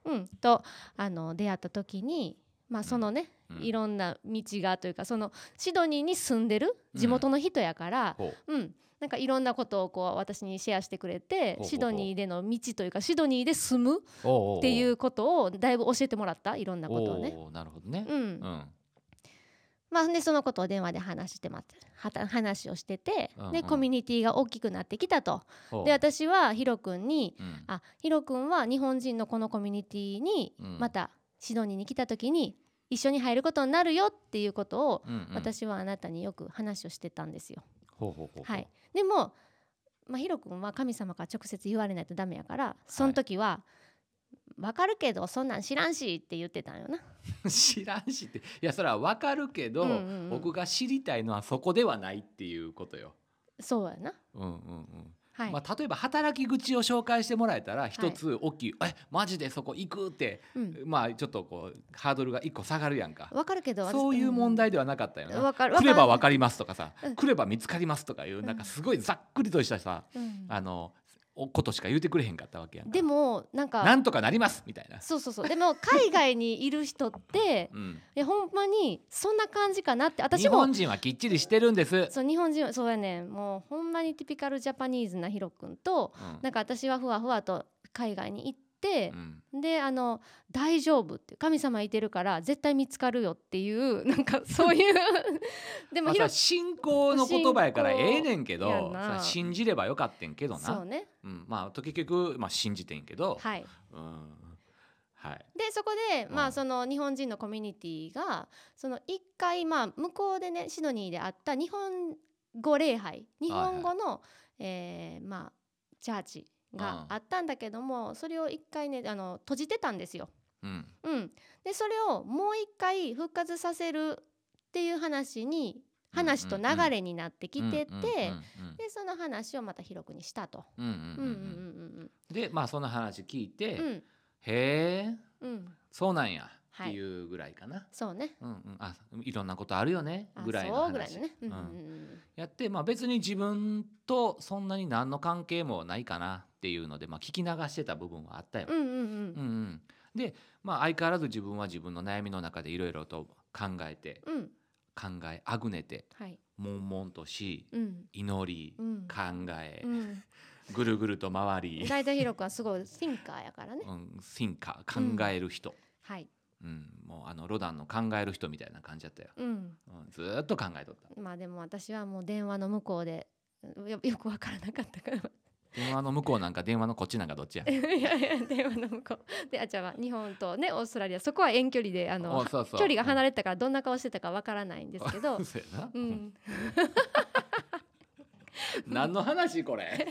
[SPEAKER 2] うん、とあの出会った時に、まあ、そのね、
[SPEAKER 1] うん
[SPEAKER 2] いろんな道がというかそのシドニーに住んでる
[SPEAKER 1] うん
[SPEAKER 2] 地元の人やから、
[SPEAKER 1] ほう
[SPEAKER 2] うんなんかいろんなことをこう私にシェアしてくれて
[SPEAKER 1] ほうほうほう
[SPEAKER 2] シドニーでの道というかシドニーで住む
[SPEAKER 1] おうおうおう
[SPEAKER 2] っていうことをだいぶ教えてもらったいろんなことをね。
[SPEAKER 1] おうなるほどね。
[SPEAKER 2] うん
[SPEAKER 1] うん
[SPEAKER 2] まあね、そのことを電話で話してまはた話をしてて、
[SPEAKER 1] うんう
[SPEAKER 2] で
[SPEAKER 1] ん
[SPEAKER 2] コミュニティが大きくなってきたと。
[SPEAKER 1] ほう
[SPEAKER 2] で私はヒロ君に
[SPEAKER 1] うん
[SPEAKER 2] 「あヒロ君は日本人のこのコミュニティに
[SPEAKER 1] うん
[SPEAKER 2] またシドニーに来た時に一緒に入ることになるよ」っていうことを
[SPEAKER 1] うんうん
[SPEAKER 2] 私はあなたによく話をしてたんですよ。
[SPEAKER 1] ほうほうほうほう
[SPEAKER 2] はい、でも、まあ、ヒロ君は神様から直接言われないとダメやからその時は「わかるけどそんなん知らんし」って言ってたんよな。
[SPEAKER 1] 知らんしっていやそれはわかるけど、
[SPEAKER 2] うんうんうん
[SPEAKER 1] 僕が知りたいのはそこではないっていうことよ。
[SPEAKER 2] そうやな。
[SPEAKER 1] うんうんうん
[SPEAKER 2] はい
[SPEAKER 1] まあ、例えば働き口を紹介してもらえたら一つ大きい「えマジでそこ行く?」って、
[SPEAKER 2] うん
[SPEAKER 1] まあちょっとこうハードルが一個下がるやんか
[SPEAKER 2] わかるけど私
[SPEAKER 1] そういう問題ではなかったよ
[SPEAKER 2] うん
[SPEAKER 1] な
[SPEAKER 2] わかる
[SPEAKER 1] 来れば分かりますとかさ、
[SPEAKER 2] うん
[SPEAKER 1] 来れば見つかりますとかいうなんかすごいざっくりとしたさ、
[SPEAKER 2] うん
[SPEAKER 1] あのおことしか言うてくれへんかったわけやんか
[SPEAKER 2] でもなんか
[SPEAKER 1] なんとかなりますみたいな、
[SPEAKER 2] そうそうそうでも海外にいる 人って
[SPEAKER 1] うん、
[SPEAKER 2] いやほんまにそんな感じかなって私
[SPEAKER 1] 日
[SPEAKER 2] も
[SPEAKER 1] 本人はきっちりしてるんです、
[SPEAKER 2] そう日本人はそうやねんもうほんまにティピカルジャパニーズなヒロ君と
[SPEAKER 1] うん
[SPEAKER 2] なんか私はふわふわと海外に行って
[SPEAKER 1] う、ん
[SPEAKER 2] であの大丈夫って神様いてるから絶対見つかるよっていうなんかそ ういうで
[SPEAKER 1] ま
[SPEAKER 2] も
[SPEAKER 1] あ、そ
[SPEAKER 2] ヒ
[SPEAKER 1] れ
[SPEAKER 2] ロ
[SPEAKER 1] は信仰の言葉やから
[SPEAKER 2] 信仰
[SPEAKER 1] ええねんけど
[SPEAKER 2] やな
[SPEAKER 1] それは信じればよかってんけどな
[SPEAKER 2] そうね
[SPEAKER 1] うん、まあと結局、まあ、信じてんけど、
[SPEAKER 2] はい
[SPEAKER 1] うんはい
[SPEAKER 2] でそこで、
[SPEAKER 1] うん
[SPEAKER 2] まあ、その日本人のコミュニティがその一回、まあ、向こうでねシドニーであった日本語礼拝日本語の、えーまあ、チャーチがあったんだけども、それを一回ねあの閉じてたんですよ。
[SPEAKER 1] うん
[SPEAKER 2] うん、でそれをもう一回復活させるっていう話に話と流れになってきてて、でその話をまた広くにしたと。
[SPEAKER 1] うんうんうんうんうんうん
[SPEAKER 2] うん
[SPEAKER 1] う
[SPEAKER 2] うんん
[SPEAKER 1] うんでまあその話聞いて、
[SPEAKER 2] うんうんうん
[SPEAKER 1] へえ
[SPEAKER 2] うんうん
[SPEAKER 1] そうなんやっ
[SPEAKER 2] は
[SPEAKER 1] て
[SPEAKER 2] い
[SPEAKER 1] いうぐらいかな、
[SPEAKER 2] そうね
[SPEAKER 1] うんうん、あいろんなことあるよね
[SPEAKER 2] あ
[SPEAKER 1] ぐらいの
[SPEAKER 2] そう
[SPEAKER 1] 話
[SPEAKER 2] ぐらいのね。うんうん
[SPEAKER 1] うん
[SPEAKER 2] うん
[SPEAKER 1] やって、まあ、別に自分とそんなに何の関係もないかなっていうので、まあ、聞き流してた部分はあったよ。
[SPEAKER 2] うんうん
[SPEAKER 1] うんうん、で、まあ、相変わらず自分は自分の悩みの中でいろいろと考えて
[SPEAKER 2] うんうん
[SPEAKER 1] 考えあぐねて
[SPEAKER 2] はい
[SPEAKER 1] 悶々とし
[SPEAKER 2] うん
[SPEAKER 1] 祈り
[SPEAKER 2] うん
[SPEAKER 1] 考え
[SPEAKER 2] うん
[SPEAKER 1] ぐるぐると回り、
[SPEAKER 2] 大体ヒロ君はすごいシンカーやからね
[SPEAKER 1] うん、シンカー考える人、
[SPEAKER 2] はい
[SPEAKER 1] うんもうあのロダンの考える人みたいな感じだったよ、
[SPEAKER 2] うん
[SPEAKER 1] うん、ずーっと考えとった
[SPEAKER 2] まあでも私はもう電話の向こうでよよくわからなかったから
[SPEAKER 1] 電話の向こうなんか電話のこっちなんかどっちや
[SPEAKER 2] いやいや電話の向こうであちゃんは日本とねオーストラリアそこは遠距離であの
[SPEAKER 1] そうそ
[SPEAKER 2] 距離が離
[SPEAKER 1] れ
[SPEAKER 2] れてたからどんな顔してたかわからないんですけど
[SPEAKER 1] そうやな、
[SPEAKER 2] う、ん
[SPEAKER 1] 何の話これ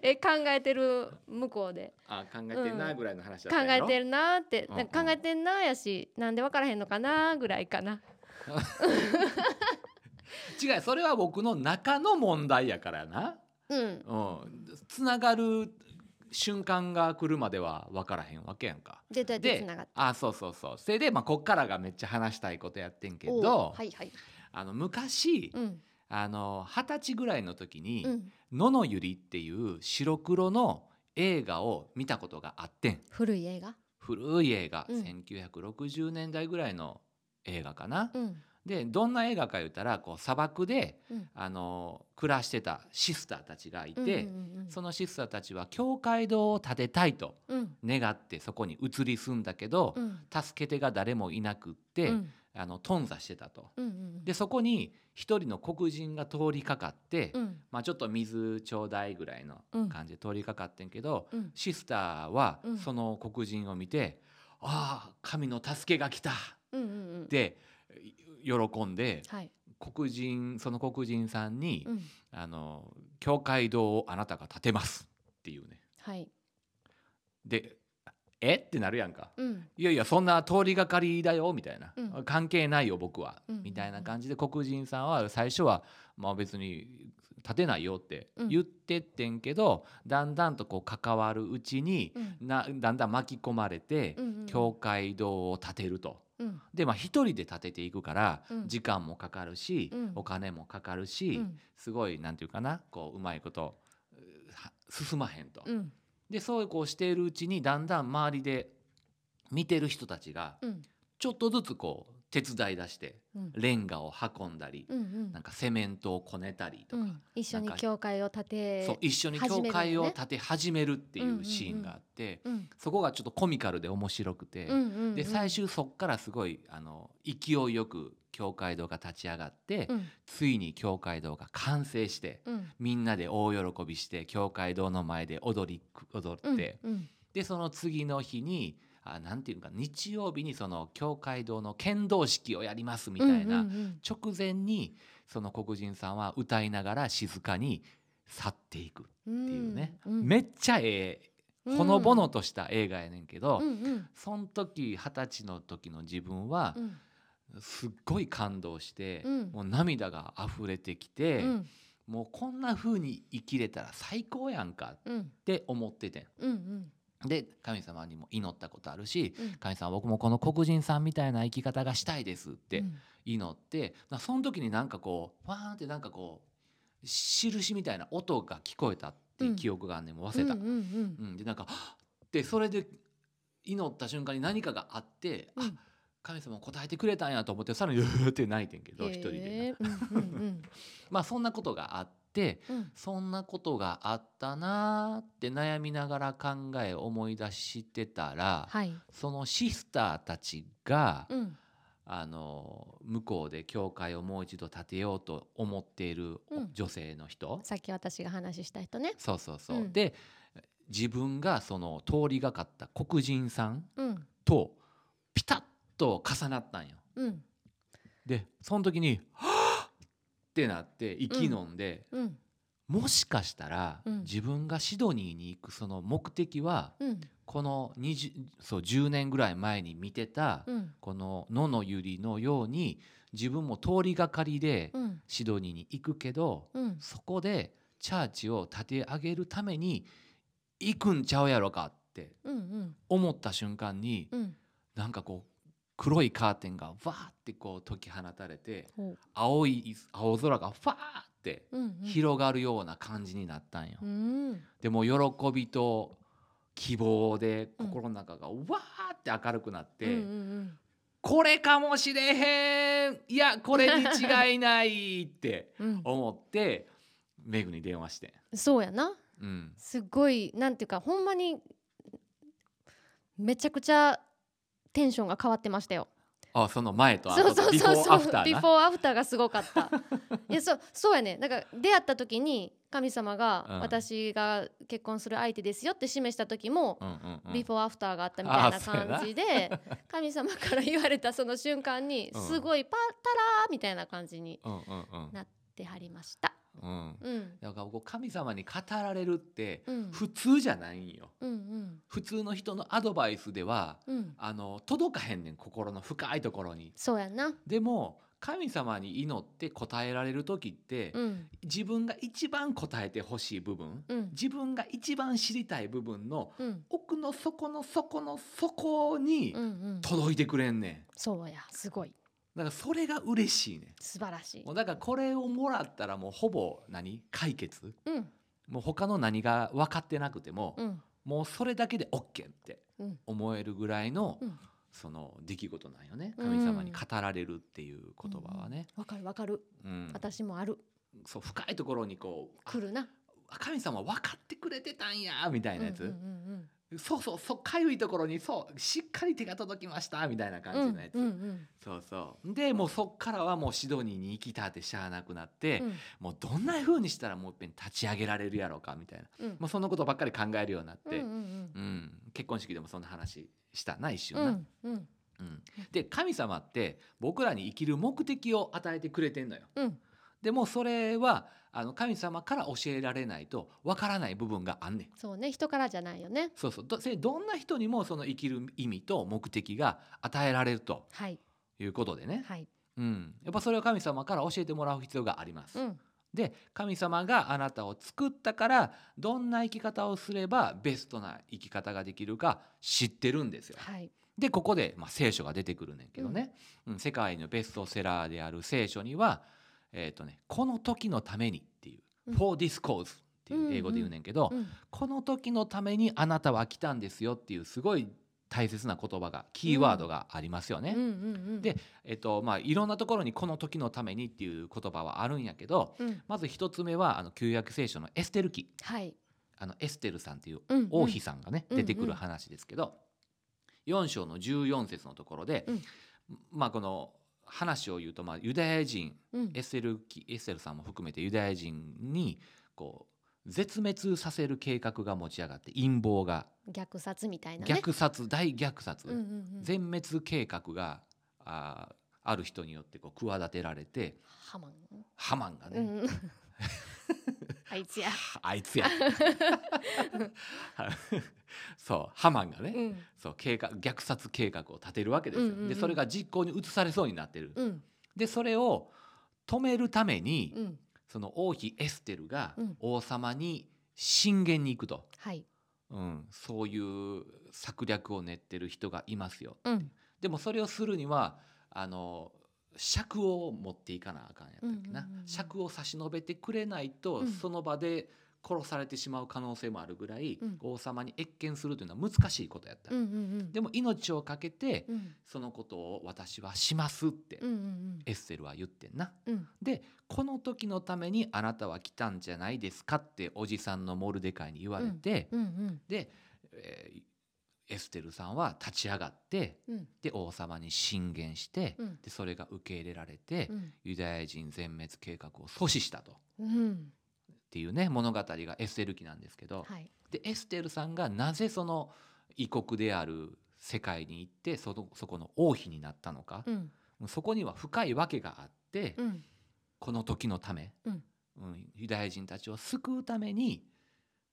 [SPEAKER 2] え考えてる向こうで
[SPEAKER 1] あ考えてんな
[SPEAKER 2] うん
[SPEAKER 1] ぐらいの話だった
[SPEAKER 2] 考
[SPEAKER 1] んや
[SPEAKER 2] え
[SPEAKER 1] ろ、
[SPEAKER 2] てるなーって
[SPEAKER 1] うん
[SPEAKER 2] なんか考えてんなーやしなんでわからへんのかなーぐらいかな
[SPEAKER 1] 違うそれは僕の中の問題やからな
[SPEAKER 2] うん
[SPEAKER 1] うんつながる瞬間が来るまでは分からへんわけやんか
[SPEAKER 2] でどうやってつ
[SPEAKER 1] で
[SPEAKER 2] ながった
[SPEAKER 1] あそうそうそうそれでまあこっからがめっちゃ話したいことやってんけど、
[SPEAKER 2] おうはいはい
[SPEAKER 1] あの昔、
[SPEAKER 2] うん
[SPEAKER 1] あの二十歳ぐらいの時に
[SPEAKER 2] うん、
[SPEAKER 1] 「野のゆり」っていう白黒の映画を見たことがあってん
[SPEAKER 2] 古い映画、
[SPEAKER 1] 古い映画、
[SPEAKER 2] うん
[SPEAKER 1] 1960年代ぐらいの映画かな。
[SPEAKER 2] うん
[SPEAKER 1] でどんな映画か言ったらこう砂漠で、
[SPEAKER 2] うん
[SPEAKER 1] あの暮らしてたシスターたちがいて、
[SPEAKER 2] うんうんうんうん、
[SPEAKER 1] そのシスターたちは教会堂を建てたいと
[SPEAKER 2] うん
[SPEAKER 1] 願ってそこに移り住んだけど、
[SPEAKER 2] うん
[SPEAKER 1] 助け手が誰もいなくって、
[SPEAKER 2] うん
[SPEAKER 1] あの頓挫してたと。
[SPEAKER 2] うんうん、
[SPEAKER 1] でそこに一人の黒人が通りかかって、
[SPEAKER 2] うん
[SPEAKER 1] まあ、ちょっと水ちょうだいぐらいの感じで通りかかってんけど、
[SPEAKER 2] うん
[SPEAKER 1] シスターは
[SPEAKER 2] うん
[SPEAKER 1] その黒人を見て「ああ神の助けが来た!」
[SPEAKER 2] うんうんうん、
[SPEAKER 1] っ、て喜んで
[SPEAKER 2] はい
[SPEAKER 1] 黒人その黒人さんに
[SPEAKER 2] うん
[SPEAKER 1] 「あの教会堂をあなたが建てます」っていうね。
[SPEAKER 2] はい
[SPEAKER 1] で「えっ?」てなるやんか。
[SPEAKER 2] うん
[SPEAKER 1] いやいやそんな通りがかりだよみたいな、
[SPEAKER 2] うん
[SPEAKER 1] 関係ないよ僕は、
[SPEAKER 2] うん
[SPEAKER 1] みたいな感じで黒人さんは最初は、まあ、別に立てないよって
[SPEAKER 2] うん
[SPEAKER 1] 言ってってんけど、だんだんとこう関わるうちに、
[SPEAKER 2] うん
[SPEAKER 1] なだんだん巻き込まれて、
[SPEAKER 2] うんうん
[SPEAKER 1] 教会堂を建てると。
[SPEAKER 2] うん
[SPEAKER 1] でまあ一人で建てていくから、
[SPEAKER 2] うん
[SPEAKER 1] 時間もかかるし、
[SPEAKER 2] うん
[SPEAKER 1] お金もかかるし、
[SPEAKER 2] うん
[SPEAKER 1] すごいなんていうかなこううまいことうは進まへんと。
[SPEAKER 2] うん
[SPEAKER 1] でそうこうしているうちにだんだん周りで見てる人たちが
[SPEAKER 2] うん
[SPEAKER 1] ちょっとずつこう手伝い出して
[SPEAKER 2] うん
[SPEAKER 1] レンガを運んだり
[SPEAKER 2] うんうん
[SPEAKER 1] なんかセメントをこねたりとか、
[SPEAKER 2] うん一緒
[SPEAKER 1] なん
[SPEAKER 2] に
[SPEAKER 1] か
[SPEAKER 2] 教会を建て
[SPEAKER 1] そう一緒に教会を建て始めるっていうシーンがあって、
[SPEAKER 2] うん
[SPEAKER 1] そこがちょっとコミカルで面白くて、
[SPEAKER 2] うんうんうん、
[SPEAKER 1] で最終そっからすごいあの勢いよく教会堂が立ち上がって、
[SPEAKER 2] うん
[SPEAKER 1] ついに教会堂が完成して
[SPEAKER 2] うん
[SPEAKER 1] みんなで大喜びして教会堂の前で踊り踊って。
[SPEAKER 2] うんうん
[SPEAKER 1] でその次の日にあなんていうか日曜日にその教会堂の剣道式をやりますみたいな、
[SPEAKER 2] うんうん
[SPEAKER 1] 直前にその黒人さんは歌いながら静かに去っていくっ
[SPEAKER 2] うん
[SPEAKER 1] ていうね、
[SPEAKER 2] うん
[SPEAKER 1] めっちゃえ
[SPEAKER 2] うん
[SPEAKER 1] えほのぼのとした映画やねんけど、
[SPEAKER 2] うんうん
[SPEAKER 1] その時二十歳の時の自分は
[SPEAKER 2] うん
[SPEAKER 1] すっごい感動して、
[SPEAKER 2] うん
[SPEAKER 1] もう涙が溢れてきて、
[SPEAKER 2] うん
[SPEAKER 1] もうこんな風に生きれたら最高やんかっ
[SPEAKER 2] うん
[SPEAKER 1] て思っててん。
[SPEAKER 2] うんうん
[SPEAKER 1] で神様にも祈ったことあるし
[SPEAKER 2] うん
[SPEAKER 1] 神様僕もこの黒人さんみたいな生き方がしたいですっ
[SPEAKER 2] う
[SPEAKER 1] て
[SPEAKER 2] ん
[SPEAKER 1] 祈って、なその時になんかこうファーンってなんかこう印みたいな音が聞こえたっていう記憶があんねんもう忘れた。
[SPEAKER 2] う
[SPEAKER 1] うんん
[SPEAKER 2] うんうん
[SPEAKER 1] でなんかはっでそれで祈った瞬間に何かがあって、
[SPEAKER 2] う
[SPEAKER 1] あ
[SPEAKER 2] ん
[SPEAKER 1] 神様答えてくれたんやと思ってさらにうーって泣いてんけど一人
[SPEAKER 2] へ
[SPEAKER 1] で
[SPEAKER 2] えうんうんうん
[SPEAKER 1] まあそんなことがあって
[SPEAKER 2] うん
[SPEAKER 1] そんなことがあったなーって悩みながら考え思い出してたら、
[SPEAKER 2] はい
[SPEAKER 1] そのシスターたちが、
[SPEAKER 2] うん
[SPEAKER 1] あの向こうで教会をもう一度建てようと思っている
[SPEAKER 2] うん
[SPEAKER 1] 女性の人、
[SPEAKER 2] さっき私が話した人ね
[SPEAKER 1] そうそうそう、
[SPEAKER 2] うん
[SPEAKER 1] で自分がその通りがかった黒人さん
[SPEAKER 2] うん
[SPEAKER 1] とピタッと重なったんよ。
[SPEAKER 2] うん
[SPEAKER 1] でその時に「はぁってなって息飲んで、
[SPEAKER 2] うん
[SPEAKER 1] もしかしたら、
[SPEAKER 2] うん
[SPEAKER 1] 自分がシドニーに行くその目的は
[SPEAKER 2] うん
[SPEAKER 1] この20そう10年ぐらい前に見てた、
[SPEAKER 2] うん
[SPEAKER 1] この野のゆりのように自分も通りがかりで
[SPEAKER 2] うん
[SPEAKER 1] シドニーに行くけど、
[SPEAKER 2] うん
[SPEAKER 1] そこでチャーチを立て上げるために行くんちゃうやろかって
[SPEAKER 2] うんうん
[SPEAKER 1] 思った瞬間に、
[SPEAKER 2] うん
[SPEAKER 1] なんかこう黒いカーテンがわーってこう解き放たれて
[SPEAKER 2] ほ
[SPEAKER 1] 青い青空がファーって
[SPEAKER 2] ううんうん
[SPEAKER 1] 広がるような感じになったんよ。
[SPEAKER 2] うん
[SPEAKER 1] でもう喜びと希望で心の中がわーって明るくなって。
[SPEAKER 2] うんうん
[SPEAKER 1] これかもしれへんいやこれに違いないって
[SPEAKER 2] うん
[SPEAKER 1] 思ってメグに電話して、
[SPEAKER 2] うんそうやな
[SPEAKER 1] うん、
[SPEAKER 2] すごいなんていうかほんまにめちゃくちゃテンションが変わってましたよ。
[SPEAKER 1] あその前と
[SPEAKER 2] そう
[SPEAKER 1] 後
[SPEAKER 2] そ
[SPEAKER 1] と
[SPEAKER 2] う
[SPEAKER 1] ビフ
[SPEAKER 2] そう
[SPEAKER 1] ォー
[SPEAKER 2] そ
[SPEAKER 1] ア
[SPEAKER 2] う
[SPEAKER 1] フター
[SPEAKER 2] ビ
[SPEAKER 1] な
[SPEAKER 2] フォーアフターがすご かった。いやそうそうやねなんか出会った時に神様が
[SPEAKER 1] うん
[SPEAKER 2] 私が結婚する相手ですよって示した時も、
[SPEAKER 1] うんうんうん
[SPEAKER 2] ビフォーアフターがあったみたい
[SPEAKER 1] あ
[SPEAKER 2] な
[SPEAKER 1] そうやな
[SPEAKER 2] 感じで 神様から言われたその瞬間に
[SPEAKER 1] うん
[SPEAKER 2] すごいパッタラーみたいな感じに
[SPEAKER 1] うんうん
[SPEAKER 2] な出はりました。
[SPEAKER 1] うんうん
[SPEAKER 2] うん
[SPEAKER 1] だからこう神様に語られるって
[SPEAKER 2] うん
[SPEAKER 1] 普通じゃないんよ
[SPEAKER 2] うんうん
[SPEAKER 1] 普通の人のアドバイスでは
[SPEAKER 2] うん
[SPEAKER 1] あの届かへんねん心の深いところに
[SPEAKER 2] そうやな。
[SPEAKER 1] でも神様に祈って答えられる時って
[SPEAKER 2] うん
[SPEAKER 1] 自分が一番答えてほしい部分
[SPEAKER 2] うん
[SPEAKER 1] 自分が一番知りたい部分の
[SPEAKER 2] うん
[SPEAKER 1] 奥の底の底の底に
[SPEAKER 2] うんうん
[SPEAKER 1] 届いてくれんねん、
[SPEAKER 2] そうやすごい
[SPEAKER 1] だからそれが嬉しいね
[SPEAKER 2] 素晴らしい
[SPEAKER 1] もうだからこれをもらったらもうほぼ何解決
[SPEAKER 2] うん
[SPEAKER 1] もう他の何が分かってなくても、
[SPEAKER 2] うん
[SPEAKER 1] もうそれだけで OK って
[SPEAKER 2] うん
[SPEAKER 1] 思えるぐらいの、
[SPEAKER 2] うん
[SPEAKER 1] その出来事なんよね
[SPEAKER 2] うん
[SPEAKER 1] 神様に語られるっていう言葉はね、
[SPEAKER 2] わかるわかる
[SPEAKER 1] うん
[SPEAKER 2] 私もある
[SPEAKER 1] そう深いところにこう
[SPEAKER 2] 来るな
[SPEAKER 1] あ神様分かってくれてたんやみたいなやつ、
[SPEAKER 2] うんうん
[SPEAKER 1] そうそうそうかゆいところにそうしっかり手が届きましたみたいな
[SPEAKER 2] うんうん
[SPEAKER 1] 感じのやつ、
[SPEAKER 2] うんうん
[SPEAKER 1] そうそうでもうそっからはもうシドニーに行きたってしゃあなくなって、
[SPEAKER 2] うん
[SPEAKER 1] もうどんな風にしたらもういっぺん立ち上げられるやろうかみたいな、
[SPEAKER 2] うん
[SPEAKER 1] もうそのことばっかり考えるようになって、
[SPEAKER 2] うんうん
[SPEAKER 1] うん結婚式でもそんな話したな一瞬
[SPEAKER 2] う
[SPEAKER 1] な、
[SPEAKER 2] んうん
[SPEAKER 1] うんで神様って僕らに生きる目的を与えてくれてんのよ
[SPEAKER 2] うん
[SPEAKER 1] でもそれはあの神様から教えられないとわからない部分があんねん
[SPEAKER 2] そうね人からじゃないよね
[SPEAKER 1] そうそうどそれどんな人にもその生きる意味と目的が与えられると
[SPEAKER 2] はい
[SPEAKER 1] いうことでね、
[SPEAKER 2] はい
[SPEAKER 1] うん、やっぱそれを神様から教えてもらう必要があります、
[SPEAKER 2] うん
[SPEAKER 1] で神様があなたを作ったからどんな生き方をすればベストな生き方ができるか知ってるんですよ。
[SPEAKER 2] はい
[SPEAKER 1] でここで、まあ、聖書が出てくるねんけどね、うん世界のベストセラーである聖書には、えーとね「この時のために」っていう「
[SPEAKER 2] うん
[SPEAKER 1] for this cause」っていう英語で言うねんけど、
[SPEAKER 2] うん
[SPEAKER 1] この時のためにあなたは来たんですよっていうすごい大切な言葉がキーワードがありますよね。
[SPEAKER 2] うんうんうん
[SPEAKER 1] でえっとまあ、いろんなところに「この時のために」っていう言葉はあるんやけど
[SPEAKER 2] うん
[SPEAKER 1] まず一つ目はあの旧約聖書のエステル記
[SPEAKER 2] はい
[SPEAKER 1] あのエステルさんっていう
[SPEAKER 2] うんうん
[SPEAKER 1] 王妃さんがね、
[SPEAKER 2] うん
[SPEAKER 1] 出てくる話ですけど、4章の14節のところで、
[SPEAKER 2] うん
[SPEAKER 1] まあこの話を言うと、まあ、ユダヤ人
[SPEAKER 2] うん
[SPEAKER 1] エステル記エステルさんも含めてユダヤ人にこう絶滅させる計画が持ち上がって陰謀が
[SPEAKER 2] 虐殺みたいなね
[SPEAKER 1] 虐殺大虐殺、
[SPEAKER 2] うんうんうん
[SPEAKER 1] 全滅計画があーある人によってこう企てられて
[SPEAKER 2] ハマン
[SPEAKER 1] ハマンがね、
[SPEAKER 2] うんうん あいつや
[SPEAKER 1] あいつや そうハマンがね、
[SPEAKER 2] うん
[SPEAKER 1] そう計画虐殺計画を立てるわけですよ、
[SPEAKER 2] うんうんうん
[SPEAKER 1] でそれが実行に移されそうになってる、
[SPEAKER 2] うん
[SPEAKER 1] でそれを止めるために、
[SPEAKER 2] うん
[SPEAKER 1] その王妃エステルが
[SPEAKER 2] うん
[SPEAKER 1] 王様に進言に行くと、
[SPEAKER 2] はい
[SPEAKER 1] うん、そういう策略を練ってる人がいますよ
[SPEAKER 2] うん
[SPEAKER 1] でもそれをするにはあの尺を持っていかなあかんやったっけな、
[SPEAKER 2] うんうんうんうん
[SPEAKER 1] 尺を差し伸べてくれないと、
[SPEAKER 2] うん
[SPEAKER 1] その場で殺されてしまう可能性もあるぐらい、
[SPEAKER 2] うん
[SPEAKER 1] 王様に謁見するというのは難しいことやった、
[SPEAKER 2] うんうんうん
[SPEAKER 1] でも命を懸けて、
[SPEAKER 2] うん
[SPEAKER 1] そのことを私はしますって、
[SPEAKER 2] うんうん
[SPEAKER 1] エッセルは言ってんな。
[SPEAKER 2] うん
[SPEAKER 1] でこの時のためにあなたは来たんじゃないですかっておじさんのモルデカイに言われて、
[SPEAKER 2] うんうん
[SPEAKER 1] で、えーエステルさんは立ち上がって
[SPEAKER 2] うん
[SPEAKER 1] で王様に進言して、
[SPEAKER 2] うん
[SPEAKER 1] でそれが受け入れられて、
[SPEAKER 2] うん
[SPEAKER 1] ユダヤ人全滅計画を阻止したと。
[SPEAKER 2] うん
[SPEAKER 1] っていうね物語がエステル記なんですけど、
[SPEAKER 2] はい
[SPEAKER 1] でエステルさんがなぜその異国である世界に行ってそのそこの王妃になったのか、
[SPEAKER 2] うん
[SPEAKER 1] そこには深い訳があって、
[SPEAKER 2] うん
[SPEAKER 1] この時のため、
[SPEAKER 2] うん
[SPEAKER 1] うんユダヤ人たちを救うために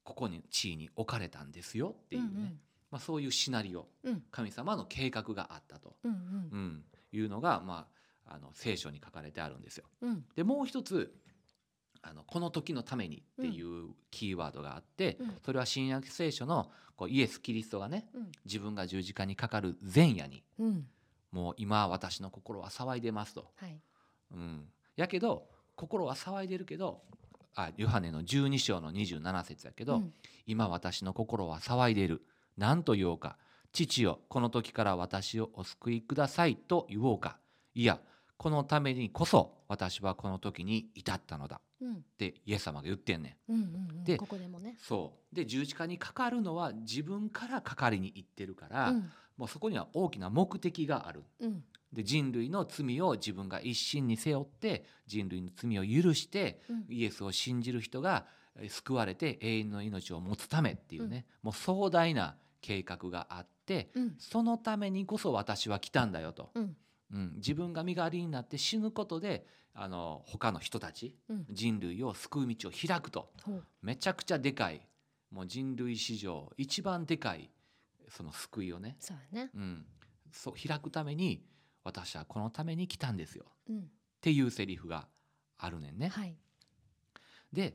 [SPEAKER 1] ここに地位に置かれたんですよっていうね、まあ、そういうシナリオ
[SPEAKER 2] うん
[SPEAKER 1] 神様の計画があったと、
[SPEAKER 2] うんうん
[SPEAKER 1] うんいうのが、まあ、あの聖書に書かれてあるんですよ。
[SPEAKER 2] うん
[SPEAKER 1] でもう一つあのこの時のためにっていうキーワードがあって、
[SPEAKER 2] うん
[SPEAKER 1] それは新約聖書のこうイエス・キリストがね
[SPEAKER 2] うん
[SPEAKER 1] 自分が十字架にかかる前夜に
[SPEAKER 2] うん
[SPEAKER 1] もう今私の心は騒いでますと、
[SPEAKER 2] はい
[SPEAKER 1] うん、やけど心は騒いでるけどあヨハネの12章の27節やけど、
[SPEAKER 2] うん
[SPEAKER 1] 今私の心は騒いでいる何と言おうか父よこの時から私をお救いくださいと言おうかいやこのためにこそ私はこの時に至ったのだ
[SPEAKER 2] うん
[SPEAKER 1] ってイエス様が言ってんねん
[SPEAKER 2] うんうんうん
[SPEAKER 1] で
[SPEAKER 2] ここでもね
[SPEAKER 1] そうで十字架にかかるのは自分からかかりに行ってるから、
[SPEAKER 2] うん
[SPEAKER 1] もうそこには大きな目的がある
[SPEAKER 2] うん
[SPEAKER 1] で人類の罪を自分が一身に背負って人類の罪を許して
[SPEAKER 2] うん
[SPEAKER 1] イエスを信じる人がえー救われて永遠の命を持つためっていうね、もう壮大な計画があって
[SPEAKER 2] うん
[SPEAKER 1] そのためにこそ私は来たんだよと、
[SPEAKER 2] うん
[SPEAKER 1] うん自分が身代わりになって死ぬことであの他の人たち
[SPEAKER 2] うん
[SPEAKER 1] 人類を救う道を開くと
[SPEAKER 2] ほう
[SPEAKER 1] めちゃくちゃでかいもう人類史上一番でかいその救いをね
[SPEAKER 2] そうやね
[SPEAKER 1] うん、そう開くために私はこのために来たんですよっ
[SPEAKER 2] うん
[SPEAKER 1] ていうセリフがあるねんね。
[SPEAKER 2] はい
[SPEAKER 1] で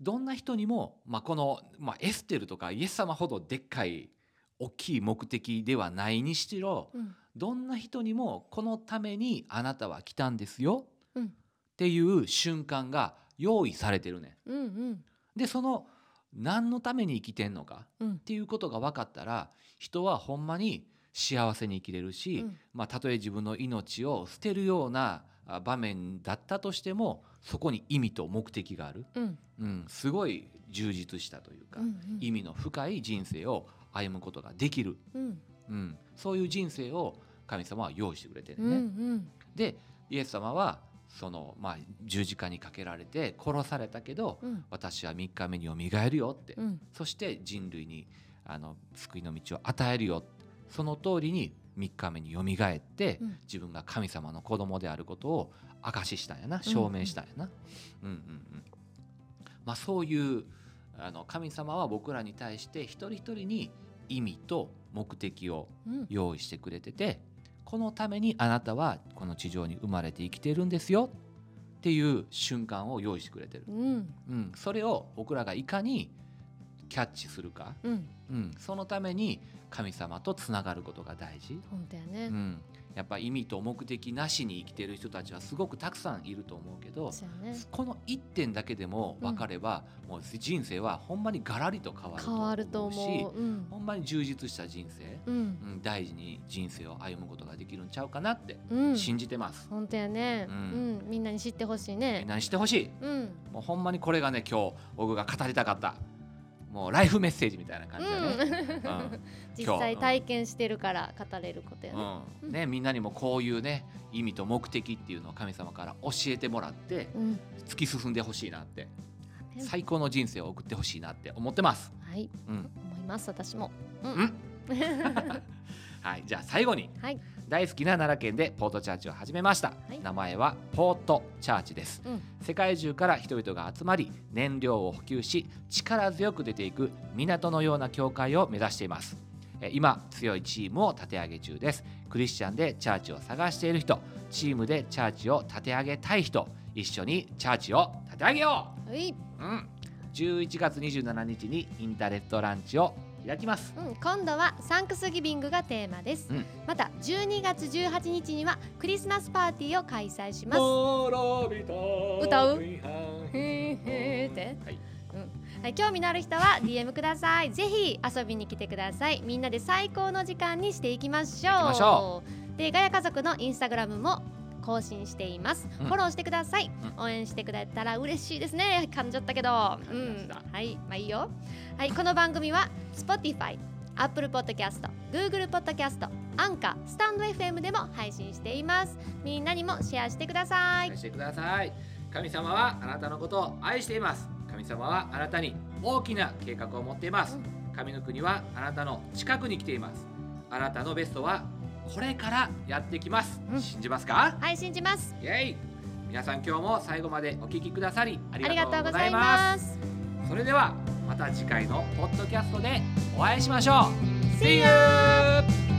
[SPEAKER 1] どんな人にも、まあ、この、まあ、エステルとかイエス様ほどでっかい大きい目的ではないにしろ
[SPEAKER 2] うん
[SPEAKER 1] どんな人にもこのためにあなたは来たんですよ
[SPEAKER 2] うん
[SPEAKER 1] っていう瞬間が用意されてるね
[SPEAKER 2] うんうん
[SPEAKER 1] ん。でその何のために生きてんのか
[SPEAKER 2] うん
[SPEAKER 1] っていうことが分かったら人はほんまに幸せに生きれるし、
[SPEAKER 2] うん
[SPEAKER 1] まあ、たとえ自分の命を捨てるようなあ場面だったとしてもそこに意味と目的がある、
[SPEAKER 2] うん
[SPEAKER 1] うん、すごい充実したというか、
[SPEAKER 2] うん
[SPEAKER 1] 意味の深い人生を歩むことができる、
[SPEAKER 2] うん
[SPEAKER 1] うん、そういう人生を神様は用意してくれてる
[SPEAKER 2] う
[SPEAKER 1] ね。
[SPEAKER 2] ん
[SPEAKER 1] でイエス様はその、まあ、十字架にかけられて殺されたけど
[SPEAKER 2] うん
[SPEAKER 1] 私は3日目によみがえるよって、
[SPEAKER 2] うん
[SPEAKER 1] そして人類にあの救いの道を与えるよその通りに3日目によみがえって、
[SPEAKER 2] うん
[SPEAKER 1] 自分が神様の子供であることを証ししたんやな証明したんやな、うんうんうんまあ、そういうあの神様は僕らに対して一人一人に意味と目的を
[SPEAKER 2] うん
[SPEAKER 1] 用意してくれててこのためにあなたはこの地上に生まれて生きてるんですよっていう瞬間を用意してくれてる、
[SPEAKER 2] うん
[SPEAKER 1] うん、それを僕らがいかにキャッチするか、
[SPEAKER 2] うん
[SPEAKER 1] うん、そのために神様とつながることが大事、
[SPEAKER 2] 本当や
[SPEAKER 1] う
[SPEAKER 2] ね
[SPEAKER 1] ん、やっぱ意味と目的なしに生きてる人たちはすごくたくさんいると思うけど
[SPEAKER 2] そうやね
[SPEAKER 1] この1点だけでも分かれば、もう人生はほんまにガラリと
[SPEAKER 2] 変わ
[SPEAKER 1] 変わ
[SPEAKER 2] る
[SPEAKER 1] ると
[SPEAKER 2] と
[SPEAKER 1] 思うし
[SPEAKER 2] 思ううん
[SPEAKER 1] ほんまに充実した人生
[SPEAKER 2] うん
[SPEAKER 1] うん、大事に人生を歩むことができるんちゃうかなって
[SPEAKER 2] うん
[SPEAKER 1] 信じてます。
[SPEAKER 2] 本当やね
[SPEAKER 1] う
[SPEAKER 2] うんんみんなに知ってほしい
[SPEAKER 1] みん
[SPEAKER 2] ね
[SPEAKER 1] なにしてほしい。
[SPEAKER 2] うん
[SPEAKER 1] もうほんまにこれがね今日僕が語りたかったもうライフメッセージみたいな感じだ ね。
[SPEAKER 2] う
[SPEAKER 1] うん
[SPEAKER 2] ん実際体験してるから語れることやね
[SPEAKER 1] うんね、みんなにもこういうね意味と目的っていうのを神様から教えてもらって
[SPEAKER 2] うん
[SPEAKER 1] 突き進んでほしいなって
[SPEAKER 2] ね
[SPEAKER 1] 最高の人生を送ってほしいなって思ってます。
[SPEAKER 2] はい
[SPEAKER 1] うん、
[SPEAKER 2] 思います私もう
[SPEAKER 1] うん はいじゃあ最後に
[SPEAKER 2] はい
[SPEAKER 1] 大好きな奈良県でポートチャーチを始めました、
[SPEAKER 2] はい
[SPEAKER 1] 名前はポートチャーチです
[SPEAKER 2] うん
[SPEAKER 1] 世界中から人々が集まり燃料を補給し力強く出ていく港のような教会を目指していますえー今強いチームを立て上げ中ですクリスチャンでチャーチを探している人チームでチャーチを立て上げたい人一緒にチャーチを立て上げよ
[SPEAKER 2] はい、
[SPEAKER 1] う、うん、11月27日にインターネットランチを開きます
[SPEAKER 2] うん、今度はサンクスギビングがテーマです、
[SPEAKER 1] うん
[SPEAKER 2] また12月18日にはクリスマスパーティーを開催します歌
[SPEAKER 1] 歌
[SPEAKER 2] うへーへーって
[SPEAKER 1] はい
[SPEAKER 2] はい、興味のある人は DM ください。ぜひ遊びに来てください。みんなで最高の時間にしていきましょう。
[SPEAKER 1] 行きましょ
[SPEAKER 2] で、ガヤ家族のインスタグラムも更新しています。
[SPEAKER 1] うん
[SPEAKER 2] フォローしてください。
[SPEAKER 1] う
[SPEAKER 2] 応援してくれたら嬉しいですね。感じゃったけど、う
[SPEAKER 1] りまし
[SPEAKER 2] ん
[SPEAKER 1] た、
[SPEAKER 2] はい、まあいいよ。はい、この番組は Spotify、Apple Podcast、Google Podcast、アンカー、スタンド FM でも配信しています。みんなにもシェアしてください。
[SPEAKER 1] してください神様はあなたのことを愛しています神様はあなたに大きな計画を持っています神の国はあなたの近くに来ていますあなたのベストはこれからやってきます
[SPEAKER 2] うん
[SPEAKER 1] 信じますか
[SPEAKER 2] はい、信じます。
[SPEAKER 1] イエイ皆さん今日も最後までお聞きくださりあ
[SPEAKER 2] あり
[SPEAKER 1] りが
[SPEAKER 2] が
[SPEAKER 1] と
[SPEAKER 2] と
[SPEAKER 1] う
[SPEAKER 2] う
[SPEAKER 1] ご
[SPEAKER 2] ご
[SPEAKER 1] ざ
[SPEAKER 2] ざ
[SPEAKER 1] い
[SPEAKER 2] い
[SPEAKER 1] ます
[SPEAKER 2] ます。
[SPEAKER 1] それではまた次回のポッドキャストでお会いしましょう See you!